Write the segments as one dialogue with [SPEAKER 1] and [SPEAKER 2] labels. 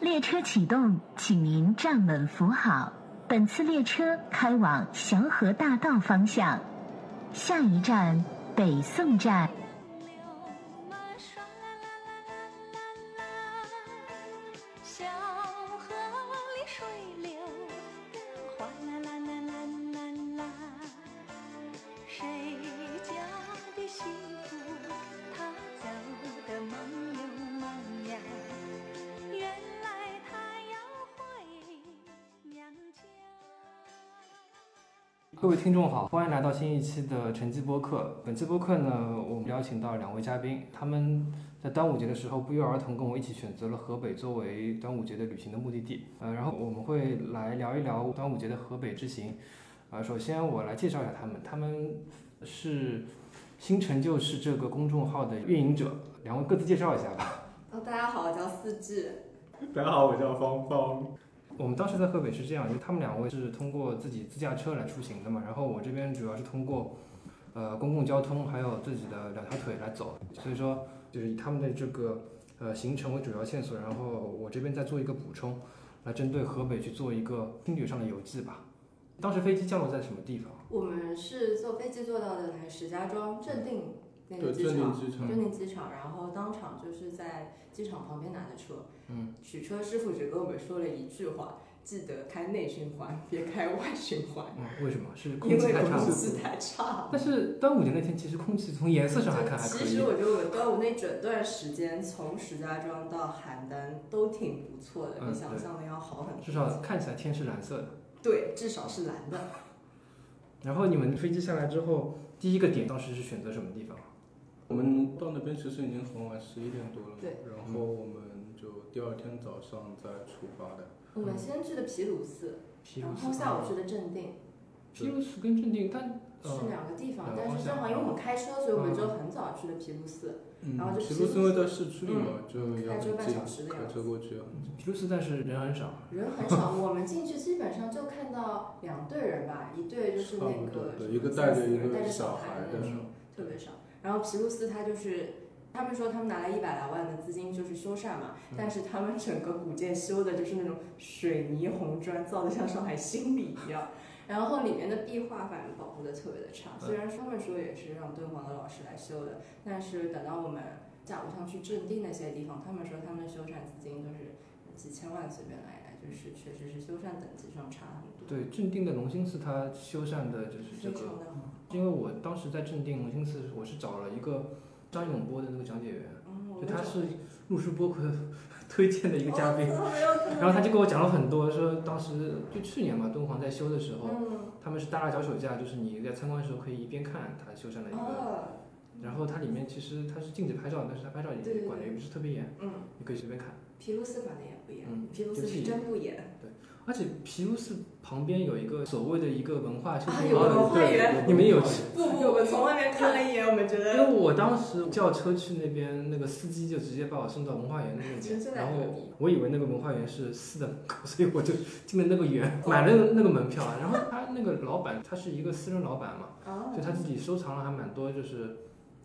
[SPEAKER 1] 列车启动，请您站稳扶好。本次列车开往祥和大道方向，下一站北宋站。
[SPEAKER 2] 马唰啦啦啦啦啦啦，小河里水流，哗啦啦啦啦啦啦。谁家的媳妇，她走得忙又忙呀，原来她要回娘家。
[SPEAKER 3] 各位听众好，欢迎来到新一期的晨记播客。本期播客呢，我们邀请到两位嘉宾，他们在端午节的时候不约而同跟我一起选择了河北作为端午节的旅行的目的地。呃，然后我们会来聊一聊端午节的河北之行。呃，首先我来介绍一下他们，他们是新成就是这个公众号的运营者，两位各自介绍一下吧。
[SPEAKER 4] 哦，大家好，我叫思智。
[SPEAKER 5] 大家好，我叫芳芳。
[SPEAKER 3] 我们当时在河北是这样，就他们两位是通过自己自驾车来出行的嘛，然后我这边主要是通过，呃，公共交通还有自己的两条腿来走，所以说就是以他们的这个呃行程为主要线索，然后我这边再做一个补充，来针对河北去做一个听觉上的游记吧。当时飞机降落在什么地方？
[SPEAKER 4] 我们是坐飞机坐到的那个石家庄正定那个
[SPEAKER 5] 对
[SPEAKER 4] 机
[SPEAKER 5] 正定
[SPEAKER 4] 场，
[SPEAKER 5] 机场
[SPEAKER 4] 正定机场，然后当场就是在机场旁边拿的车。
[SPEAKER 3] 嗯，
[SPEAKER 4] 取车师傅只跟我们说了一句话：记得开内循环，别开外循环，
[SPEAKER 3] 嗯，为什么？是空
[SPEAKER 4] 因
[SPEAKER 3] 气
[SPEAKER 4] 为
[SPEAKER 3] 太差
[SPEAKER 4] 空
[SPEAKER 3] 了。
[SPEAKER 4] 气太差。
[SPEAKER 3] 但是端午节那天其实空气从颜色上来看还可
[SPEAKER 4] 其
[SPEAKER 3] 以。
[SPEAKER 4] 实我觉得我端午那整段时间，从石家庄到邯郸都挺不错的，
[SPEAKER 3] 嗯
[SPEAKER 4] 比想象的要好很多。
[SPEAKER 3] 至少看起来天是蓝色的。
[SPEAKER 4] 对，至少是蓝的。
[SPEAKER 3] 然后你们飞机下来之后，第一个点当时是选择什么地方？
[SPEAKER 5] 我们到那边其实已经很晚，十一点多了嘛。
[SPEAKER 4] 对。
[SPEAKER 5] 然后我们就第二天早上再出发的。
[SPEAKER 4] 我们先去的皮鲁寺，
[SPEAKER 3] 嗯皮
[SPEAKER 4] 然
[SPEAKER 3] 鲁嗯
[SPEAKER 4] 后
[SPEAKER 3] 斯。
[SPEAKER 4] 下午去的镇定。
[SPEAKER 3] 皮鲁斯跟镇定，但呃
[SPEAKER 4] 是两个地方
[SPEAKER 3] 两，个
[SPEAKER 4] 但
[SPEAKER 3] 方
[SPEAKER 4] 是
[SPEAKER 3] 向
[SPEAKER 4] 正好因为我们开车，所以我们
[SPEAKER 3] 嗯
[SPEAKER 4] 就很早去的皮鲁寺，
[SPEAKER 5] 嗯
[SPEAKER 4] 然后就
[SPEAKER 5] 其实是因为在市区里嘛，
[SPEAKER 4] 嗯
[SPEAKER 5] 就要
[SPEAKER 4] 开车
[SPEAKER 5] 很
[SPEAKER 4] 半
[SPEAKER 5] 近
[SPEAKER 4] 小时的，样
[SPEAKER 5] 开
[SPEAKER 4] 子
[SPEAKER 5] 车过去啊。
[SPEAKER 3] 皮鲁斯，但是人很少。
[SPEAKER 4] 人很少。我们进去基本上就看到两队人吧，一队就是
[SPEAKER 5] 差
[SPEAKER 4] 那
[SPEAKER 5] 不多
[SPEAKER 4] 个，
[SPEAKER 5] 对，
[SPEAKER 4] 什
[SPEAKER 5] 一个
[SPEAKER 4] 么
[SPEAKER 5] 带
[SPEAKER 4] 三
[SPEAKER 5] 着
[SPEAKER 4] 四
[SPEAKER 5] 一
[SPEAKER 4] 人带
[SPEAKER 5] 个
[SPEAKER 4] 着小
[SPEAKER 5] 孩
[SPEAKER 4] 的
[SPEAKER 5] 的
[SPEAKER 4] 那，种，特别少。然后皮鲁斯他就是。他们说他们拿来一百来万的资金就是修缮嘛，
[SPEAKER 3] 嗯
[SPEAKER 4] 但是他们整个古建修的就是那种水泥红砖，造的像上海新里一样。然后里面的壁画反正保护的特别的差，
[SPEAKER 3] 嗯
[SPEAKER 4] 虽然他们说也是让敦煌的老师来修的，但是等到我们下午上去镇定那些地方，他们说他们的修缮资金都是几千万随便来来，就是确实是修缮等级上差很多，
[SPEAKER 3] 对，镇定的龙兴寺，它修缮的就是这个
[SPEAKER 4] 非常，的好。
[SPEAKER 3] 因为我当时在镇定龙兴寺，我是找了一个张永波的那个讲解员，
[SPEAKER 4] 嗯，我
[SPEAKER 3] 就
[SPEAKER 4] 们
[SPEAKER 3] 他
[SPEAKER 4] 找
[SPEAKER 3] 是陆叔播客 推荐的一个嘉宾，
[SPEAKER 4] 哦没有看到
[SPEAKER 3] 然后他就跟我讲了很多，说当时就去年嘛，敦煌在修的时候，
[SPEAKER 4] 嗯
[SPEAKER 3] 他们是搭了脚手架，就是你在参观的时候可以一边看他修缮的一个，
[SPEAKER 4] 哦
[SPEAKER 3] 然后它里面其实它是禁止拍照，但是它拍照
[SPEAKER 4] 对
[SPEAKER 3] 也
[SPEAKER 4] 对对
[SPEAKER 3] 管的也不是特别严，
[SPEAKER 4] 嗯，
[SPEAKER 3] 你可以随便看。
[SPEAKER 4] 皮鲁斯管的也不严，
[SPEAKER 3] 嗯
[SPEAKER 4] 皮鲁斯
[SPEAKER 3] 就是是
[SPEAKER 4] 真不严
[SPEAKER 3] 而且皮鲁寺旁边有一个所谓的一个文化修
[SPEAKER 4] 啊，
[SPEAKER 3] 复
[SPEAKER 4] 有
[SPEAKER 3] 园
[SPEAKER 4] 文化园。
[SPEAKER 3] 你们有去？
[SPEAKER 4] 不不，我们从外面看了一眼，我们觉
[SPEAKER 3] 因为
[SPEAKER 4] 得
[SPEAKER 3] 我当时叫车去那边，那个司机就直接把我送到文化园那
[SPEAKER 4] 真是
[SPEAKER 3] 边，
[SPEAKER 4] 在
[SPEAKER 3] 然
[SPEAKER 4] 隔
[SPEAKER 3] 后
[SPEAKER 4] 壁。
[SPEAKER 3] 我以为那个文化园是寺的门口， 所以我就进了那个 园，买了那个门票。然后他那个老板，他是一个私人老板嘛，
[SPEAKER 4] 啊
[SPEAKER 3] 就他自己收藏了还蛮多，就是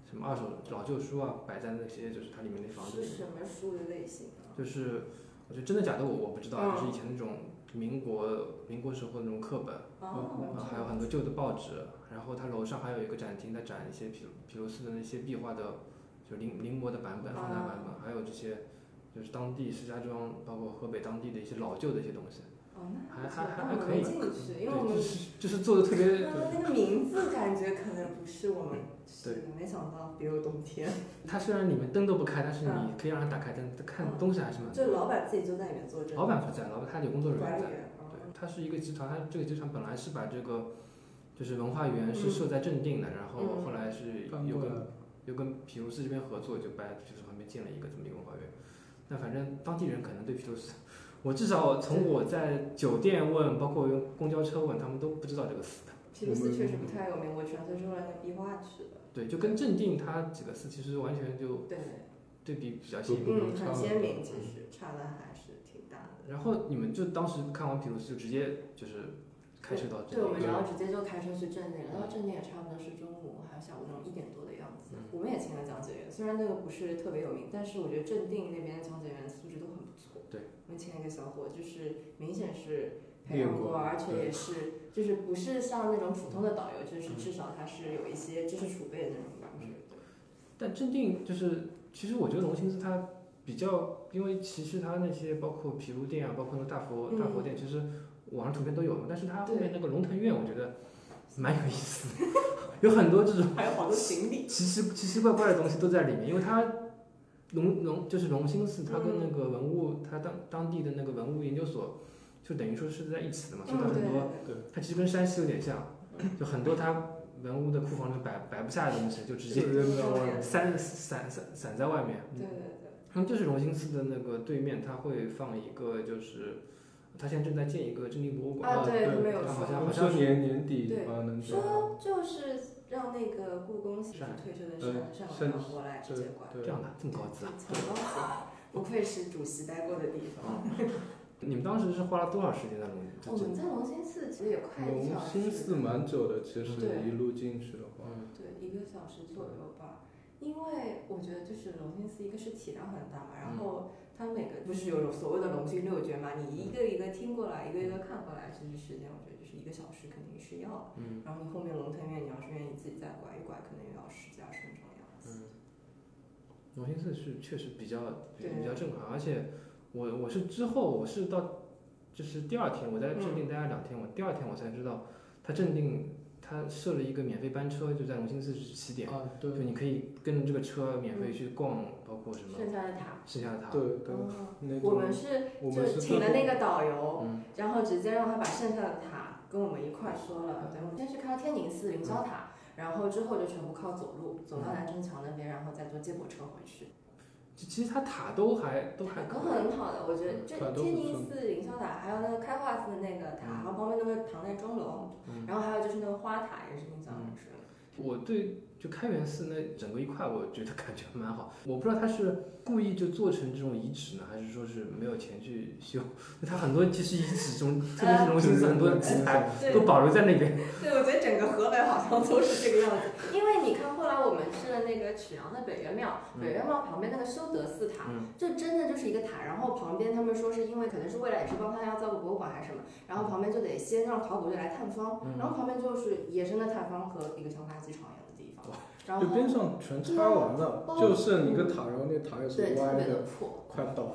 [SPEAKER 3] 什么二手老旧书啊，摆在那些就是他里面那房子
[SPEAKER 4] 哦是
[SPEAKER 3] 里面，
[SPEAKER 4] 什么书的类型啊？
[SPEAKER 3] 就是我觉得真的假的我我不知道，
[SPEAKER 4] 嗯
[SPEAKER 3] 就是以前那种民国民国时候的那种课本。
[SPEAKER 4] 哦
[SPEAKER 3] 啊，还有很多旧的报纸，然后它楼上还有一个展厅，在展一些皮鲁皮鲁斯的那些壁画的，就临临摹的版本、放大版
[SPEAKER 4] 哦
[SPEAKER 3] 本，还有这些就是当地石家庄，包括河北当地的一些老旧的一些东西，
[SPEAKER 4] 哦，那
[SPEAKER 3] 还
[SPEAKER 4] 不
[SPEAKER 3] 还
[SPEAKER 4] 错
[SPEAKER 3] 还
[SPEAKER 4] 那
[SPEAKER 3] 还
[SPEAKER 4] 我
[SPEAKER 3] 可
[SPEAKER 4] 没
[SPEAKER 3] 以
[SPEAKER 4] 进去，因为我
[SPEAKER 3] 对，就
[SPEAKER 4] 们
[SPEAKER 3] 是就是做的特别
[SPEAKER 4] 呃
[SPEAKER 3] 对。嗯
[SPEAKER 4] 那个名字感觉可能不是我们是的，没想到别有洞天。
[SPEAKER 3] 它虽然里面灯都不开，但是你
[SPEAKER 4] 嗯
[SPEAKER 3] 可以让它打开灯，看
[SPEAKER 4] 嗯
[SPEAKER 3] 东西还是蛮多
[SPEAKER 4] 就
[SPEAKER 3] 的。
[SPEAKER 4] 老板自己就在里面坐着，
[SPEAKER 3] 老板不在，老板他有工作人员
[SPEAKER 4] 管理
[SPEAKER 3] 在。
[SPEAKER 4] 员啊，
[SPEAKER 3] 对，它是一个集团，它这个集团本来是把这个就是文化园是
[SPEAKER 4] 嗯
[SPEAKER 3] 设在镇定的，然后
[SPEAKER 4] 嗯
[SPEAKER 3] 后来是
[SPEAKER 5] 翻
[SPEAKER 3] 有
[SPEAKER 5] 过
[SPEAKER 3] 个
[SPEAKER 5] 来，
[SPEAKER 3] 又跟皮鲁斯这边合作，就把皮鲁斯旁边建了一个这么一个文化园。那反正当地人可能对皮鲁斯， 我至少从我在酒店问，包括用公交车问，他们都不知道这个寺的。
[SPEAKER 4] 皮鲁斯确实不太有名，我全都是为了那壁画去的。
[SPEAKER 3] 对，就跟镇定它几个寺其实完全就
[SPEAKER 4] 对，
[SPEAKER 3] 对比比较鲜明。
[SPEAKER 4] 嗯，很鲜明，其实嗯差的还是挺大的。
[SPEAKER 3] 然后你们就当时看完皮鲁斯就直接就是开车到
[SPEAKER 4] 对，
[SPEAKER 3] 镇
[SPEAKER 4] 我们
[SPEAKER 3] 定
[SPEAKER 4] 然后直接就开车去正定了，到正定也差不多是中午，还有下午那种一点多的样子
[SPEAKER 3] 嗯。
[SPEAKER 4] 我们也请了讲解员，虽然那个不是特别有名，但是我觉得正定那边讲解员素质都很不错。
[SPEAKER 3] 对，
[SPEAKER 4] 我们请那个小伙就是明显是培
[SPEAKER 5] 练
[SPEAKER 4] 养
[SPEAKER 5] 过
[SPEAKER 4] 过，而且
[SPEAKER 5] 对
[SPEAKER 4] 也是就是不是像那种普通的导游，就是
[SPEAKER 3] 嗯
[SPEAKER 4] 至少他是有一些知识储备的那种感觉。
[SPEAKER 3] 但镇定就是，其实我觉得龙兴寺它比较，因为其实它那些包括毗卢殿啊，包括那个大佛大佛殿，其实网上图片都有嘛。但是它后面那个龙腾院，我觉得蛮有意思的， 有很多这种
[SPEAKER 4] 对，还有好多行李。
[SPEAKER 3] 奇奇奇奇怪怪的东西都在里面，因为它龙龙就是龙兴寺，它跟那个文物，它当当地的那个文物研究所，就等于说是在一起的嘛，所以它
[SPEAKER 4] 嗯，
[SPEAKER 3] 很
[SPEAKER 4] 对
[SPEAKER 3] 多，
[SPEAKER 4] 对，
[SPEAKER 3] 它其实跟山西有点像，就很多它文物的库房里摆摆不下的东西，就直接嗯
[SPEAKER 5] 就扔到外面，
[SPEAKER 3] 散散散散在外面。
[SPEAKER 4] 对对对，
[SPEAKER 3] 他们就是荣兴寺的那个对面，它会放一个，就是他现在正在建一个镇定博物馆，
[SPEAKER 4] 啊，对，
[SPEAKER 5] 对
[SPEAKER 4] 他们有
[SPEAKER 3] 它好
[SPEAKER 4] 说。
[SPEAKER 3] 像好
[SPEAKER 5] 好
[SPEAKER 3] 像
[SPEAKER 5] 像
[SPEAKER 3] 是
[SPEAKER 5] 年年底
[SPEAKER 4] 对
[SPEAKER 5] 吧能
[SPEAKER 4] 说就是让那个故宫退休
[SPEAKER 3] 上海
[SPEAKER 4] 的
[SPEAKER 5] 嗯
[SPEAKER 4] 上上
[SPEAKER 5] 上
[SPEAKER 4] 海过来直接管，
[SPEAKER 3] 这
[SPEAKER 5] 对，
[SPEAKER 3] 样的这么高级啊！
[SPEAKER 4] 很高级，不愧是主席待过的地方。
[SPEAKER 3] 你们当时是花了多少时间在龙
[SPEAKER 4] 我
[SPEAKER 3] 兴
[SPEAKER 4] 们
[SPEAKER 3] 寺？
[SPEAKER 4] 在龙兴寺其实也快一个
[SPEAKER 5] 龙
[SPEAKER 4] 小时，
[SPEAKER 5] 兴寺蛮久的，其实
[SPEAKER 4] 对
[SPEAKER 5] 一路进去的话，
[SPEAKER 3] 嗯，
[SPEAKER 4] 对，一个小时左右吧。因为我觉得就是龙兴寺，一个是体量很大嘛，然后它每个不是有所谓的龙兴六绝嘛，你一个一个听过来，一个一个看过来，其实时间我觉得就是一个小时肯定是要的。
[SPEAKER 3] 嗯
[SPEAKER 4] 然后你后面龙腾院，你要是愿意自己再拐一拐，可能又要十几二十分钟的样子。
[SPEAKER 3] 龙兴寺是确实比较比
[SPEAKER 4] 对
[SPEAKER 3] 比较震撼，而且我我是之后我是到就是第二天我在镇定待了两天，我第二天我才知道他镇定他设了一个免费班车，就在龙兴寺起
[SPEAKER 4] 哦
[SPEAKER 3] 点，
[SPEAKER 5] 啊
[SPEAKER 3] 就
[SPEAKER 5] 对
[SPEAKER 3] 你可以跟着这个车免
[SPEAKER 4] 嗯
[SPEAKER 3] 费去逛，包括什么
[SPEAKER 4] 剩下的塔，
[SPEAKER 3] 剩下的塔，
[SPEAKER 5] 对对，
[SPEAKER 4] 哦
[SPEAKER 5] 那
[SPEAKER 4] 我们
[SPEAKER 5] 种
[SPEAKER 4] 是
[SPEAKER 5] 我
[SPEAKER 4] 就
[SPEAKER 5] 们是
[SPEAKER 4] 请了那个导游，
[SPEAKER 3] 嗯
[SPEAKER 4] 然后直接让他把剩下的塔跟我们一块说了。对，我们先是看到天宁寺凌霄塔，然后之后就全部靠走路走到南城桥那边，然后再坐接驳车回去。
[SPEAKER 3] 其其实它塔都还都还
[SPEAKER 4] 都
[SPEAKER 3] 可以，
[SPEAKER 4] 很好的，我觉得
[SPEAKER 5] 嗯
[SPEAKER 4] 这
[SPEAKER 5] 塔都不
[SPEAKER 4] 天宁寺凌霄塔，还有那个开化寺那个塔，
[SPEAKER 3] 嗯
[SPEAKER 4] 然后旁边那个唐代钟楼
[SPEAKER 3] 嗯，
[SPEAKER 4] 然后还有就是那个花塔也是印象很深。
[SPEAKER 3] 我对就开元寺那整个一块，我觉得感觉蛮好。我不知道他是故意就做成这种遗址呢，还是说是没有钱去修？ 他很多其实遗址中，特别是龙兴寺很多题材
[SPEAKER 4] 对
[SPEAKER 3] 都保留在那边。
[SPEAKER 4] 对，我觉得整个河北好像都是这个样子，因为你看后来我们去了那个曲阳的北岳庙，
[SPEAKER 3] 嗯
[SPEAKER 4] 北岳庙旁边那个修德寺塔，
[SPEAKER 3] 嗯
[SPEAKER 4] 就真的就是一个塔，然后旁边他们说是因为可能是未来也是帮他要造个博物馆还是什么，然后旁边就得先让考古队来探方，
[SPEAKER 3] 嗯
[SPEAKER 4] 然后旁边就是野生的探方和一个像垃圾场一样的地方，然
[SPEAKER 5] 就
[SPEAKER 4] 后
[SPEAKER 5] 边上全拆完了，就剩一个塔，然后那塔也
[SPEAKER 4] 对
[SPEAKER 5] 是
[SPEAKER 4] 特
[SPEAKER 5] 歪
[SPEAKER 4] 别的
[SPEAKER 5] 的，
[SPEAKER 4] 破，
[SPEAKER 5] 快倒了。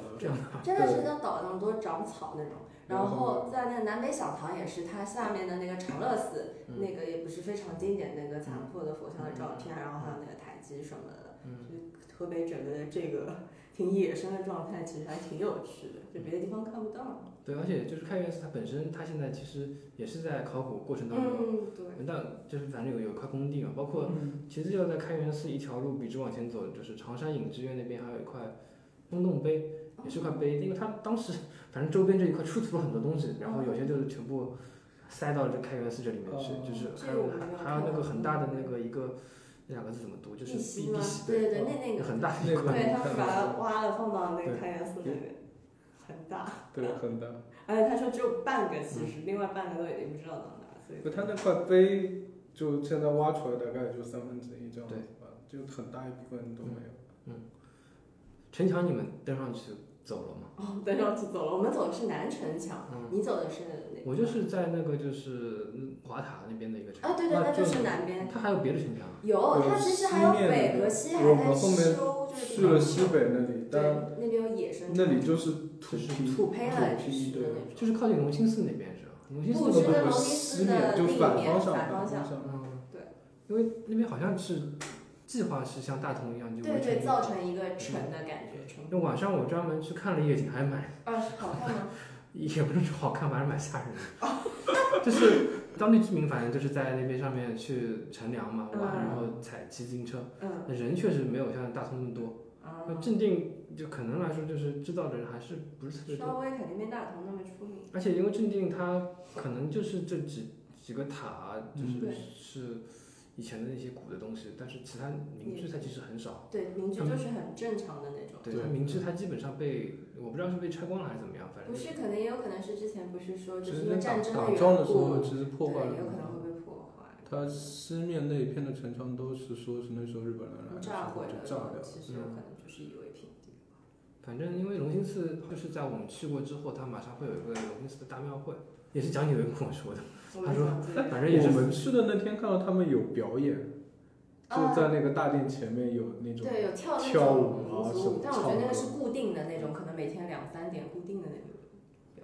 [SPEAKER 4] 真的是像岛那种多长草那种。
[SPEAKER 5] 然
[SPEAKER 4] 然
[SPEAKER 3] 嗯
[SPEAKER 5] 后
[SPEAKER 4] 后在那个南北小堂也是，它下面的那个长乐寺，
[SPEAKER 3] 嗯
[SPEAKER 4] 那个也不是非常经典那个残破的佛像的照片，然后还有那个台基什么的，
[SPEAKER 3] 嗯，
[SPEAKER 4] 就是河北整个的这个挺野生的状态，其实还挺有趣的，就别的地方看不到。
[SPEAKER 3] 对，而且就是开元寺它本身，它现在其实也是在考古过程当中。
[SPEAKER 4] 嗯，对，
[SPEAKER 3] 但就是反正有有块工地嘛，包括
[SPEAKER 5] 嗯
[SPEAKER 3] 其实要在开元寺一条路笔直往前走，就是常山影之院那边还有一块风洞碑，也是块碑，因为它当时反正周边这一块出土了很多东西，然后有些就是全部塞到这开元寺这里面去，
[SPEAKER 5] 哦
[SPEAKER 3] 就是
[SPEAKER 4] 这
[SPEAKER 3] 还
[SPEAKER 4] 个
[SPEAKER 3] 有
[SPEAKER 4] 我没有
[SPEAKER 3] 还有那个
[SPEAKER 4] 看
[SPEAKER 3] 很
[SPEAKER 4] 过
[SPEAKER 3] 大的那个一个那两个字怎么读，就是
[SPEAKER 4] 一席
[SPEAKER 3] 碧
[SPEAKER 4] 吗
[SPEAKER 3] 碧玺，？
[SPEAKER 4] 对对对，那那
[SPEAKER 3] 有
[SPEAKER 4] 个
[SPEAKER 3] 嗯很大的嗯一
[SPEAKER 5] 那个
[SPEAKER 3] 块，
[SPEAKER 4] 对他们把它挖了放到那个开元寺那
[SPEAKER 5] 对
[SPEAKER 4] 边，很大。
[SPEAKER 5] 对，很大。
[SPEAKER 4] 而且他说只有半个，其
[SPEAKER 3] 嗯
[SPEAKER 4] 实另外半个都已经不知道到哪，所以
[SPEAKER 5] 不，它那块碑就现在挖出来大概也就三分之一这样子
[SPEAKER 3] 对
[SPEAKER 5] 吧，就很大一部分都没有。
[SPEAKER 3] 城墙你们登上去走了吗？
[SPEAKER 4] 哦，登上去走了。我们走的是南城墙，
[SPEAKER 3] 嗯，
[SPEAKER 4] 你走的是哪？
[SPEAKER 3] 我就是在那个就是嗯华塔那边的一个城墙，
[SPEAKER 4] 啊，对对，
[SPEAKER 5] 那
[SPEAKER 4] 那就
[SPEAKER 5] 就是
[SPEAKER 4] 南边。
[SPEAKER 3] 它还有别的城墙啊。
[SPEAKER 4] 有，它其实还有北和西还
[SPEAKER 5] 我们
[SPEAKER 4] 在
[SPEAKER 5] 后面
[SPEAKER 4] 修，就是
[SPEAKER 5] 去了西北那里，
[SPEAKER 4] 对
[SPEAKER 5] 但，
[SPEAKER 4] 那边有野生，
[SPEAKER 5] 那里就是土
[SPEAKER 4] 就是
[SPEAKER 5] 坯，
[SPEAKER 4] 土坯了，
[SPEAKER 5] 土
[SPEAKER 4] 是的
[SPEAKER 5] 坯对
[SPEAKER 4] 那种。
[SPEAKER 3] 就是靠近龙兴寺那边是吧？龙兴寺
[SPEAKER 4] 不
[SPEAKER 3] 那
[SPEAKER 4] 知
[SPEAKER 5] 不
[SPEAKER 3] 边
[SPEAKER 4] 道龙
[SPEAKER 5] 不不，
[SPEAKER 4] 兴
[SPEAKER 5] 西
[SPEAKER 4] 寺的
[SPEAKER 5] 面就
[SPEAKER 4] 另一
[SPEAKER 5] 反
[SPEAKER 4] 面
[SPEAKER 5] 方向，
[SPEAKER 4] 反方向
[SPEAKER 5] 向。
[SPEAKER 3] 嗯，
[SPEAKER 4] 对，
[SPEAKER 3] 因为那边好像是计划是像大同一样，就
[SPEAKER 4] 对
[SPEAKER 3] 围成一
[SPEAKER 4] 对，造
[SPEAKER 3] 个。
[SPEAKER 4] 成一
[SPEAKER 5] 嗯
[SPEAKER 4] 个城的感觉，城。
[SPEAKER 3] 那晚上我专门去看了夜景，还蛮
[SPEAKER 4] 啊，好看吗？
[SPEAKER 3] 也不是说好看吧，还是蛮吓人的。 就是当地居民反正就是在那边上面去乘凉嘛，玩，
[SPEAKER 4] 嗯
[SPEAKER 3] 然后踩骑自行车，
[SPEAKER 4] 嗯
[SPEAKER 3] 人确实没有像大同那么多。
[SPEAKER 4] 啊，
[SPEAKER 3] 那镇定就可能来说就是知道的人还是不是特别多
[SPEAKER 4] 稍。微肯定没大同那么出名。
[SPEAKER 3] 而且因为镇定，它可能就是这几几个塔，就是、
[SPEAKER 5] 嗯
[SPEAKER 4] 对
[SPEAKER 3] 是以前的那些古的东西，但是其他名制它其实很少。
[SPEAKER 4] 对，民居就是很正常的那种。
[SPEAKER 3] 对，
[SPEAKER 5] 对
[SPEAKER 3] 它名制它基本上被我不知道是被拆光了还是怎么样，反正
[SPEAKER 4] 不是，可能也有可能是之前不是说，就
[SPEAKER 5] 嗯其
[SPEAKER 4] 是
[SPEAKER 5] 实
[SPEAKER 4] 因为
[SPEAKER 5] 那
[SPEAKER 4] 战
[SPEAKER 5] 打
[SPEAKER 4] 争
[SPEAKER 5] 打
[SPEAKER 4] 缘
[SPEAKER 5] 仗的时
[SPEAKER 4] 故，
[SPEAKER 5] 候，其实破坏
[SPEAKER 4] 对，
[SPEAKER 5] 了
[SPEAKER 4] 也有可
[SPEAKER 5] 很
[SPEAKER 4] 能
[SPEAKER 5] 多。
[SPEAKER 4] 会被破坏。
[SPEAKER 5] 它西面那一片的城墙都是说是那时候日本人来的时
[SPEAKER 4] 炸
[SPEAKER 5] 候
[SPEAKER 4] 毁了，
[SPEAKER 5] 就炸掉了。
[SPEAKER 4] 其实有可能就是夷为平地。
[SPEAKER 3] 反正因为龙兴津寺就是在我们去过之后，它马上会有一个龙津寺的大庙会，也是蒋景维跟我 说的，
[SPEAKER 4] 我们想这个
[SPEAKER 3] 反正也是
[SPEAKER 5] 我们去的那天看到他们有表演，就在那个大殿前面有那种，
[SPEAKER 4] 啊对，有跳那
[SPEAKER 5] 跳
[SPEAKER 4] 种
[SPEAKER 5] 舞啊
[SPEAKER 4] 民
[SPEAKER 5] 什
[SPEAKER 4] 族
[SPEAKER 5] 么
[SPEAKER 4] 舞，但我觉得那
[SPEAKER 5] 唱歌
[SPEAKER 4] 个是固定的那种，可能每天两三点固定的那种。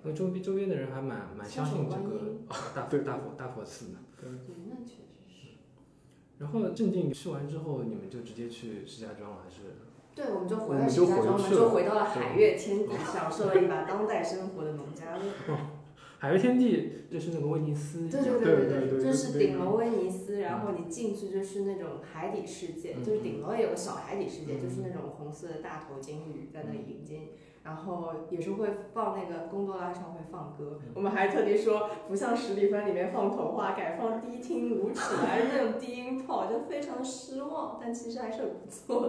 [SPEAKER 3] 那周边周边的人还蛮蛮相信这
[SPEAKER 4] 千手观
[SPEAKER 3] 个
[SPEAKER 4] 音
[SPEAKER 3] 大佛
[SPEAKER 5] 对
[SPEAKER 3] 大佛大佛寺的。
[SPEAKER 4] 对，那确实是。
[SPEAKER 3] 然后正定去完之后，你们就直接去石家庄了，还是？
[SPEAKER 4] 对，我们就
[SPEAKER 5] 我
[SPEAKER 4] 回
[SPEAKER 5] 们
[SPEAKER 4] 到
[SPEAKER 5] 就
[SPEAKER 4] 石家
[SPEAKER 5] 回
[SPEAKER 4] 庄，我们
[SPEAKER 5] 去
[SPEAKER 4] 就
[SPEAKER 5] 了
[SPEAKER 4] 回到了海月天地，享受了一把当代生活的农家乐。
[SPEAKER 3] 海月天地就是那个威尼斯一
[SPEAKER 4] 对
[SPEAKER 3] 样，
[SPEAKER 4] 对
[SPEAKER 5] 对对
[SPEAKER 4] 对
[SPEAKER 5] 对
[SPEAKER 4] 就是
[SPEAKER 5] 对
[SPEAKER 4] 顶楼威尼斯，然后你进去就是那种海底世界，
[SPEAKER 3] 嗯
[SPEAKER 4] 就是顶楼有个小海底世界，
[SPEAKER 3] 嗯
[SPEAKER 4] 就是那种红色的大头鲸鱼在那里迎接你，然后也是会放那个贡多拉上会放歌，我们还特地说不像十里分里面放童话，改放低听舞曲来认低音炮，就非常失望，但其实还是很不错的。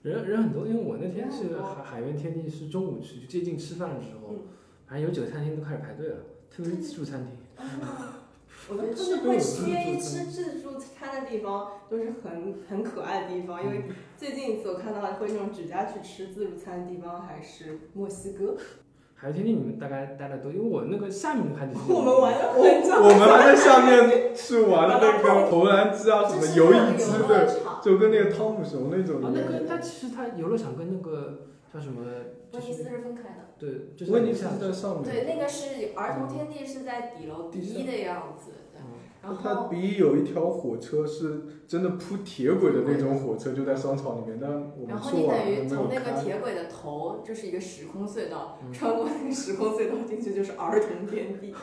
[SPEAKER 3] 人人很多，因为我那天是
[SPEAKER 4] 人很多
[SPEAKER 3] 海海源天地是中午去，就接近吃饭的时候
[SPEAKER 4] 嗯，
[SPEAKER 3] 反正有几个餐厅都开始排队了，特别是自助餐 厅。
[SPEAKER 4] 我觉得就是会愿意吃自助餐的地方都是很很可爱的地方，因为
[SPEAKER 5] 嗯
[SPEAKER 4] 最近一次我看到会那种举家去吃自助餐的地方还是墨西
[SPEAKER 5] 哦
[SPEAKER 4] 哥，
[SPEAKER 3] 海源天地你们大概待了多？因为我那个下面的海底啊世界，
[SPEAKER 4] 我们玩了很久，
[SPEAKER 5] 我们还 在下面去玩那个投篮机啊，什么游
[SPEAKER 4] 泳
[SPEAKER 5] 泳机的，就跟那个汤姆熊那种
[SPEAKER 3] 啊，
[SPEAKER 4] 哦
[SPEAKER 5] 一
[SPEAKER 3] 那
[SPEAKER 5] 样。
[SPEAKER 3] 跟它其实它游乐场跟那个叫什么，就
[SPEAKER 4] 威尼斯
[SPEAKER 3] 是
[SPEAKER 4] 是分开的，
[SPEAKER 3] 对，就是
[SPEAKER 5] 威尼斯
[SPEAKER 3] 下
[SPEAKER 5] 在上面，
[SPEAKER 4] 对，那个是儿童天地是在底楼第一的样子，对
[SPEAKER 3] 嗯
[SPEAKER 4] 然
[SPEAKER 5] 它
[SPEAKER 4] 后
[SPEAKER 5] 比有一条火车是真的铺铁轨的那种火车，就在商场里面，但我
[SPEAKER 4] 然
[SPEAKER 5] 们
[SPEAKER 4] 后
[SPEAKER 5] 去
[SPEAKER 4] 你等
[SPEAKER 5] 晚
[SPEAKER 4] 于
[SPEAKER 5] 上
[SPEAKER 4] 从那
[SPEAKER 5] 没有
[SPEAKER 4] 个
[SPEAKER 5] 开。
[SPEAKER 4] 铁轨的头就是一个时空隧道，
[SPEAKER 3] 嗯
[SPEAKER 4] 穿过那个时空隧道进去就是儿童天地，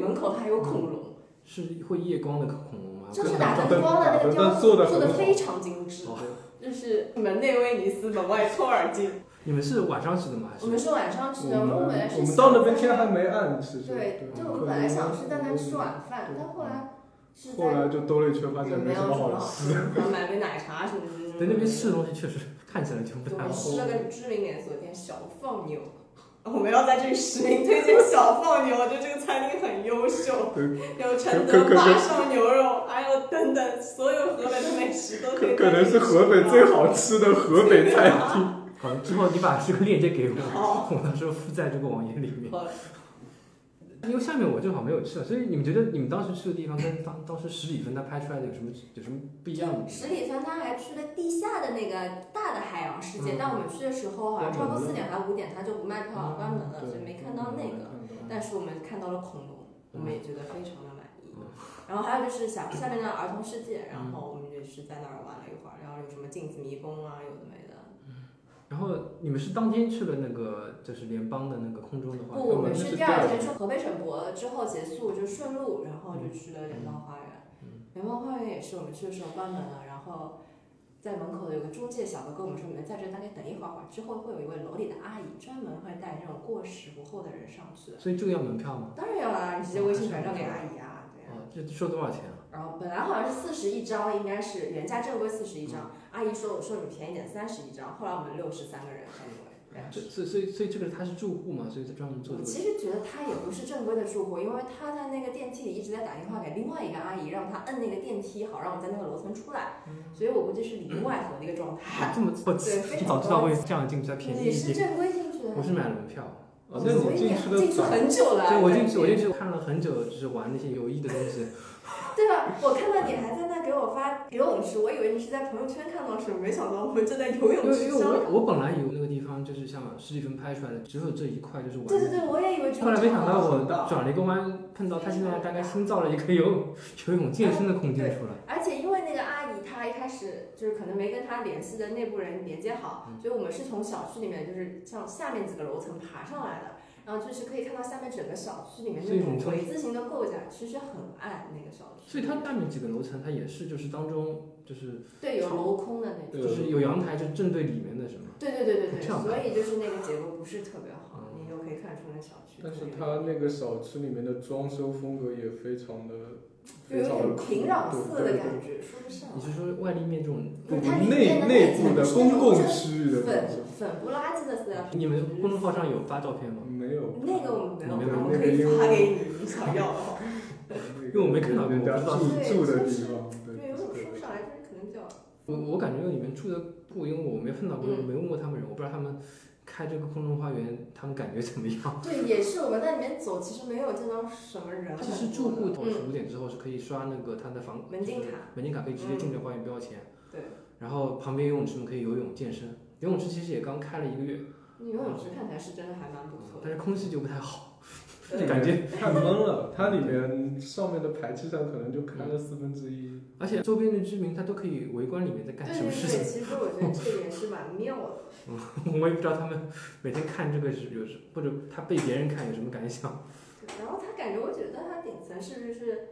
[SPEAKER 4] 门口还有恐龙。
[SPEAKER 3] 是会夜光的恐龙吗？
[SPEAKER 5] 啊
[SPEAKER 4] 就是
[SPEAKER 3] 跟
[SPEAKER 4] 打
[SPEAKER 3] 海
[SPEAKER 4] 灯光的那个雕
[SPEAKER 5] 但
[SPEAKER 4] 塑
[SPEAKER 5] 做得很
[SPEAKER 4] 得
[SPEAKER 5] 好
[SPEAKER 4] 非常精致，
[SPEAKER 3] 哦
[SPEAKER 4] 就是门内威尼斯，门外托尔金。
[SPEAKER 3] 你们是晚上去的吗？还
[SPEAKER 4] 我
[SPEAKER 3] 是
[SPEAKER 4] 们是晚上去的，
[SPEAKER 5] 我
[SPEAKER 4] 我们本来
[SPEAKER 5] 们
[SPEAKER 4] 是
[SPEAKER 5] 我们
[SPEAKER 4] 想
[SPEAKER 5] 到那边
[SPEAKER 4] 在
[SPEAKER 5] 天还没暗，其实
[SPEAKER 4] 对，就我们本来想是在那吃晚饭，但后来是
[SPEAKER 5] 后
[SPEAKER 4] 在
[SPEAKER 5] 来就兜了一圈，发现
[SPEAKER 4] 没
[SPEAKER 5] 没
[SPEAKER 4] 有
[SPEAKER 5] 什
[SPEAKER 4] 什么
[SPEAKER 5] 么
[SPEAKER 4] 好
[SPEAKER 5] 好吃。
[SPEAKER 4] 吃，然后买杯奶茶什么的。
[SPEAKER 3] 在那边吃的东西确实看起来就不
[SPEAKER 4] 我
[SPEAKER 3] 太
[SPEAKER 4] 们
[SPEAKER 3] 好。
[SPEAKER 4] 吃了个知名连锁店小放牛。哦我们要在这里实名推荐小放牛，我觉得这个餐厅很优秀，
[SPEAKER 5] 对
[SPEAKER 4] 有承
[SPEAKER 5] 可
[SPEAKER 4] 德
[SPEAKER 5] 可可
[SPEAKER 4] 坝上牛肉，还有等等所有河北的美食都可以
[SPEAKER 5] 可
[SPEAKER 4] 在这里吃到。
[SPEAKER 5] 可能是河北最好吃的河北菜厅。
[SPEAKER 3] 好，之后你把这个链接给我，
[SPEAKER 4] 好。
[SPEAKER 3] 我到时候附在这个网页里面。
[SPEAKER 4] 哦好
[SPEAKER 3] 因为下面我正好没有去啊，所以你们觉得你们当时去的地方跟当当时十里分他拍出来的有什么有什么不一样的？
[SPEAKER 4] 十里分他还去了地下的那个大的海洋世界，
[SPEAKER 3] 嗯
[SPEAKER 4] 但我们去的时候好像超过四点还是五点，他就不卖票了，关门了，
[SPEAKER 5] 对
[SPEAKER 4] 所以没看到那
[SPEAKER 3] 嗯
[SPEAKER 4] 个。但是我们看到了恐龙，我们也觉得非常的满意
[SPEAKER 3] 嗯。
[SPEAKER 4] 然后还有就是小下面的儿童世界，然后我们就是在那儿玩了一会儿，然后有什么镜子迷宫啊，有的没的。
[SPEAKER 3] 然后你们是当天去了那个就是联邦的那个空中的话，
[SPEAKER 4] 不，我们
[SPEAKER 5] 是
[SPEAKER 4] 是第二天去河北省博之后结束，就顺路，然后就去了联邦花园
[SPEAKER 3] 嗯。
[SPEAKER 4] 联邦花园也是我们去的时候关门了，然后在门口有个中介小哥跟我们说，你们在这大概等一会儿会儿，之后会有一位楼里的阿姨专门会带这种过时不候的人上去。
[SPEAKER 3] 所以这个要门票吗？
[SPEAKER 4] 当然要啦，你直接微信转账给阿姨啊，对啊。
[SPEAKER 3] 哦，这收多少钱啊？
[SPEAKER 4] 然后本来好像是四十一张，应该是原价正规四十一
[SPEAKER 3] 嗯
[SPEAKER 4] 张，阿姨说我说你便宜点三十一张，后来我们六十三个人成为。对啊
[SPEAKER 3] 这所以所以所以这个他是住户嘛，所以他专门做
[SPEAKER 4] 我
[SPEAKER 3] 这个。
[SPEAKER 4] 啊其实觉得他也不是正规的住户，因为他在那个电梯里一直在打电话给另外一个阿姨，让她摁那个电梯，好让我在那个楼层出来。
[SPEAKER 3] 嗯
[SPEAKER 4] 所以我估计是里应外合的一个状态。
[SPEAKER 3] 哦这么我
[SPEAKER 4] 对非常
[SPEAKER 3] 早知道会这样进去，再便宜
[SPEAKER 4] 你
[SPEAKER 3] 一
[SPEAKER 4] 是
[SPEAKER 3] 点。
[SPEAKER 4] 正规进去的，
[SPEAKER 3] 我是买了门票，
[SPEAKER 5] 哦，那你进去
[SPEAKER 4] 所以你进
[SPEAKER 5] 的
[SPEAKER 4] 去
[SPEAKER 5] 早，
[SPEAKER 4] 很久了，
[SPEAKER 3] 所以我进去我进
[SPEAKER 4] 去，
[SPEAKER 3] 去看了很久，就是玩那些有益的东 西。
[SPEAKER 4] 对吧？我看到你还在那给我发游泳池，我以为你是在朋友圈看到什么，没想到我们正在游
[SPEAKER 3] 因
[SPEAKER 4] 泳
[SPEAKER 3] 为
[SPEAKER 4] 池
[SPEAKER 3] 因为
[SPEAKER 4] 上。
[SPEAKER 3] 我我本来以为那个地方就是像十几分拍出来的，只有这一块就是玩。
[SPEAKER 4] 对对对，我也以为只有
[SPEAKER 3] 后来没想到
[SPEAKER 4] 这样
[SPEAKER 3] 我转了一个弯，碰到他现在大概新造了一个游游泳健身的空间出来。
[SPEAKER 4] 而且因为那个阿姨她一开始就是可能没跟她联系的内部人连接好，
[SPEAKER 3] 嗯
[SPEAKER 4] 所以我们是从小区里面就是向下面几个楼层爬上来的，然后就是可以看到下面整个小区里面
[SPEAKER 3] 所以
[SPEAKER 4] 那
[SPEAKER 3] 你
[SPEAKER 4] 种
[SPEAKER 3] 从
[SPEAKER 4] 回字形的构架，其实很暗那个小区。
[SPEAKER 3] 所以它下面几个楼层，它也是就是当中就是
[SPEAKER 4] 对有镂空的那种。
[SPEAKER 3] 就是有阳台，就正对里面的什么。
[SPEAKER 4] 对对对对对，
[SPEAKER 3] 这样
[SPEAKER 4] 所以就是那个结构不是特别好，
[SPEAKER 3] 嗯
[SPEAKER 4] 你就可以看出那小区。
[SPEAKER 5] 但是它那个小区里面的装修风格也非常的，
[SPEAKER 4] 就
[SPEAKER 5] 非
[SPEAKER 4] 有
[SPEAKER 5] 常的
[SPEAKER 4] 点平壤
[SPEAKER 5] 酷
[SPEAKER 4] 寺的
[SPEAKER 5] 对对
[SPEAKER 4] 感觉，说不上
[SPEAKER 3] 你。是说外立面这种？
[SPEAKER 4] 不是
[SPEAKER 5] 对
[SPEAKER 4] 它里面
[SPEAKER 5] 内
[SPEAKER 4] 的
[SPEAKER 5] 内
[SPEAKER 4] 层
[SPEAKER 5] 部的
[SPEAKER 4] 是那
[SPEAKER 5] 公
[SPEAKER 4] 种
[SPEAKER 5] 共
[SPEAKER 4] 就是
[SPEAKER 5] 区域的
[SPEAKER 4] 粉
[SPEAKER 5] 东西，
[SPEAKER 4] 粉不拉几的色
[SPEAKER 3] 你们公众号上有发照片吗？
[SPEAKER 5] 没有。
[SPEAKER 4] 那个我们没
[SPEAKER 3] 没
[SPEAKER 4] 有，
[SPEAKER 3] 有
[SPEAKER 4] 我们
[SPEAKER 5] 那个
[SPEAKER 4] 可以
[SPEAKER 5] 因为
[SPEAKER 4] 发给你， 你想要的话。
[SPEAKER 5] 因
[SPEAKER 3] 因为我没看到过
[SPEAKER 5] 人家
[SPEAKER 3] 我不知道
[SPEAKER 5] 住
[SPEAKER 4] 对
[SPEAKER 5] 住的
[SPEAKER 4] 就
[SPEAKER 5] 地
[SPEAKER 4] 是
[SPEAKER 5] 方，对
[SPEAKER 4] 对，有种说不
[SPEAKER 5] 对
[SPEAKER 4] 上来，就是可能比较
[SPEAKER 3] 我我感觉你们住的不，因为我没碰到过，
[SPEAKER 4] 嗯
[SPEAKER 3] 没问过他们人，我不知道他们。开这个空中花园，他们感觉怎么 样？
[SPEAKER 4] 对，也是我们在里面走，其实没有见到什么人
[SPEAKER 3] 它
[SPEAKER 4] 很多的。
[SPEAKER 3] 只是住户走
[SPEAKER 4] 嗯，
[SPEAKER 3] 十五点之后是可以刷那个它的房
[SPEAKER 4] 门禁，
[SPEAKER 3] 就是
[SPEAKER 4] 卡嗯
[SPEAKER 3] 门禁卡可以直接进这个花园标签。
[SPEAKER 4] 对，
[SPEAKER 3] 然后旁边游泳池我们可以游泳健身，游泳池其实也刚开了一个月，
[SPEAKER 4] 游泳池看起来是真的还蛮不错的。
[SPEAKER 3] 但是空气就不太好，
[SPEAKER 4] 对
[SPEAKER 3] 感觉，
[SPEAKER 5] 太闷了。它里面上面的排气扇可能就开了四分之一。
[SPEAKER 3] 而且周边的居民他都可以围观里面在
[SPEAKER 4] 对
[SPEAKER 3] 干什
[SPEAKER 4] 对
[SPEAKER 3] 么事情
[SPEAKER 4] 对，。其实我觉得这个也是蛮妙的。
[SPEAKER 3] 我也不知道他们每天看这个是有什，或者他被别人看有什么感
[SPEAKER 4] 哦
[SPEAKER 3] 想。
[SPEAKER 4] 对然后它感觉，我觉得它顶层是不是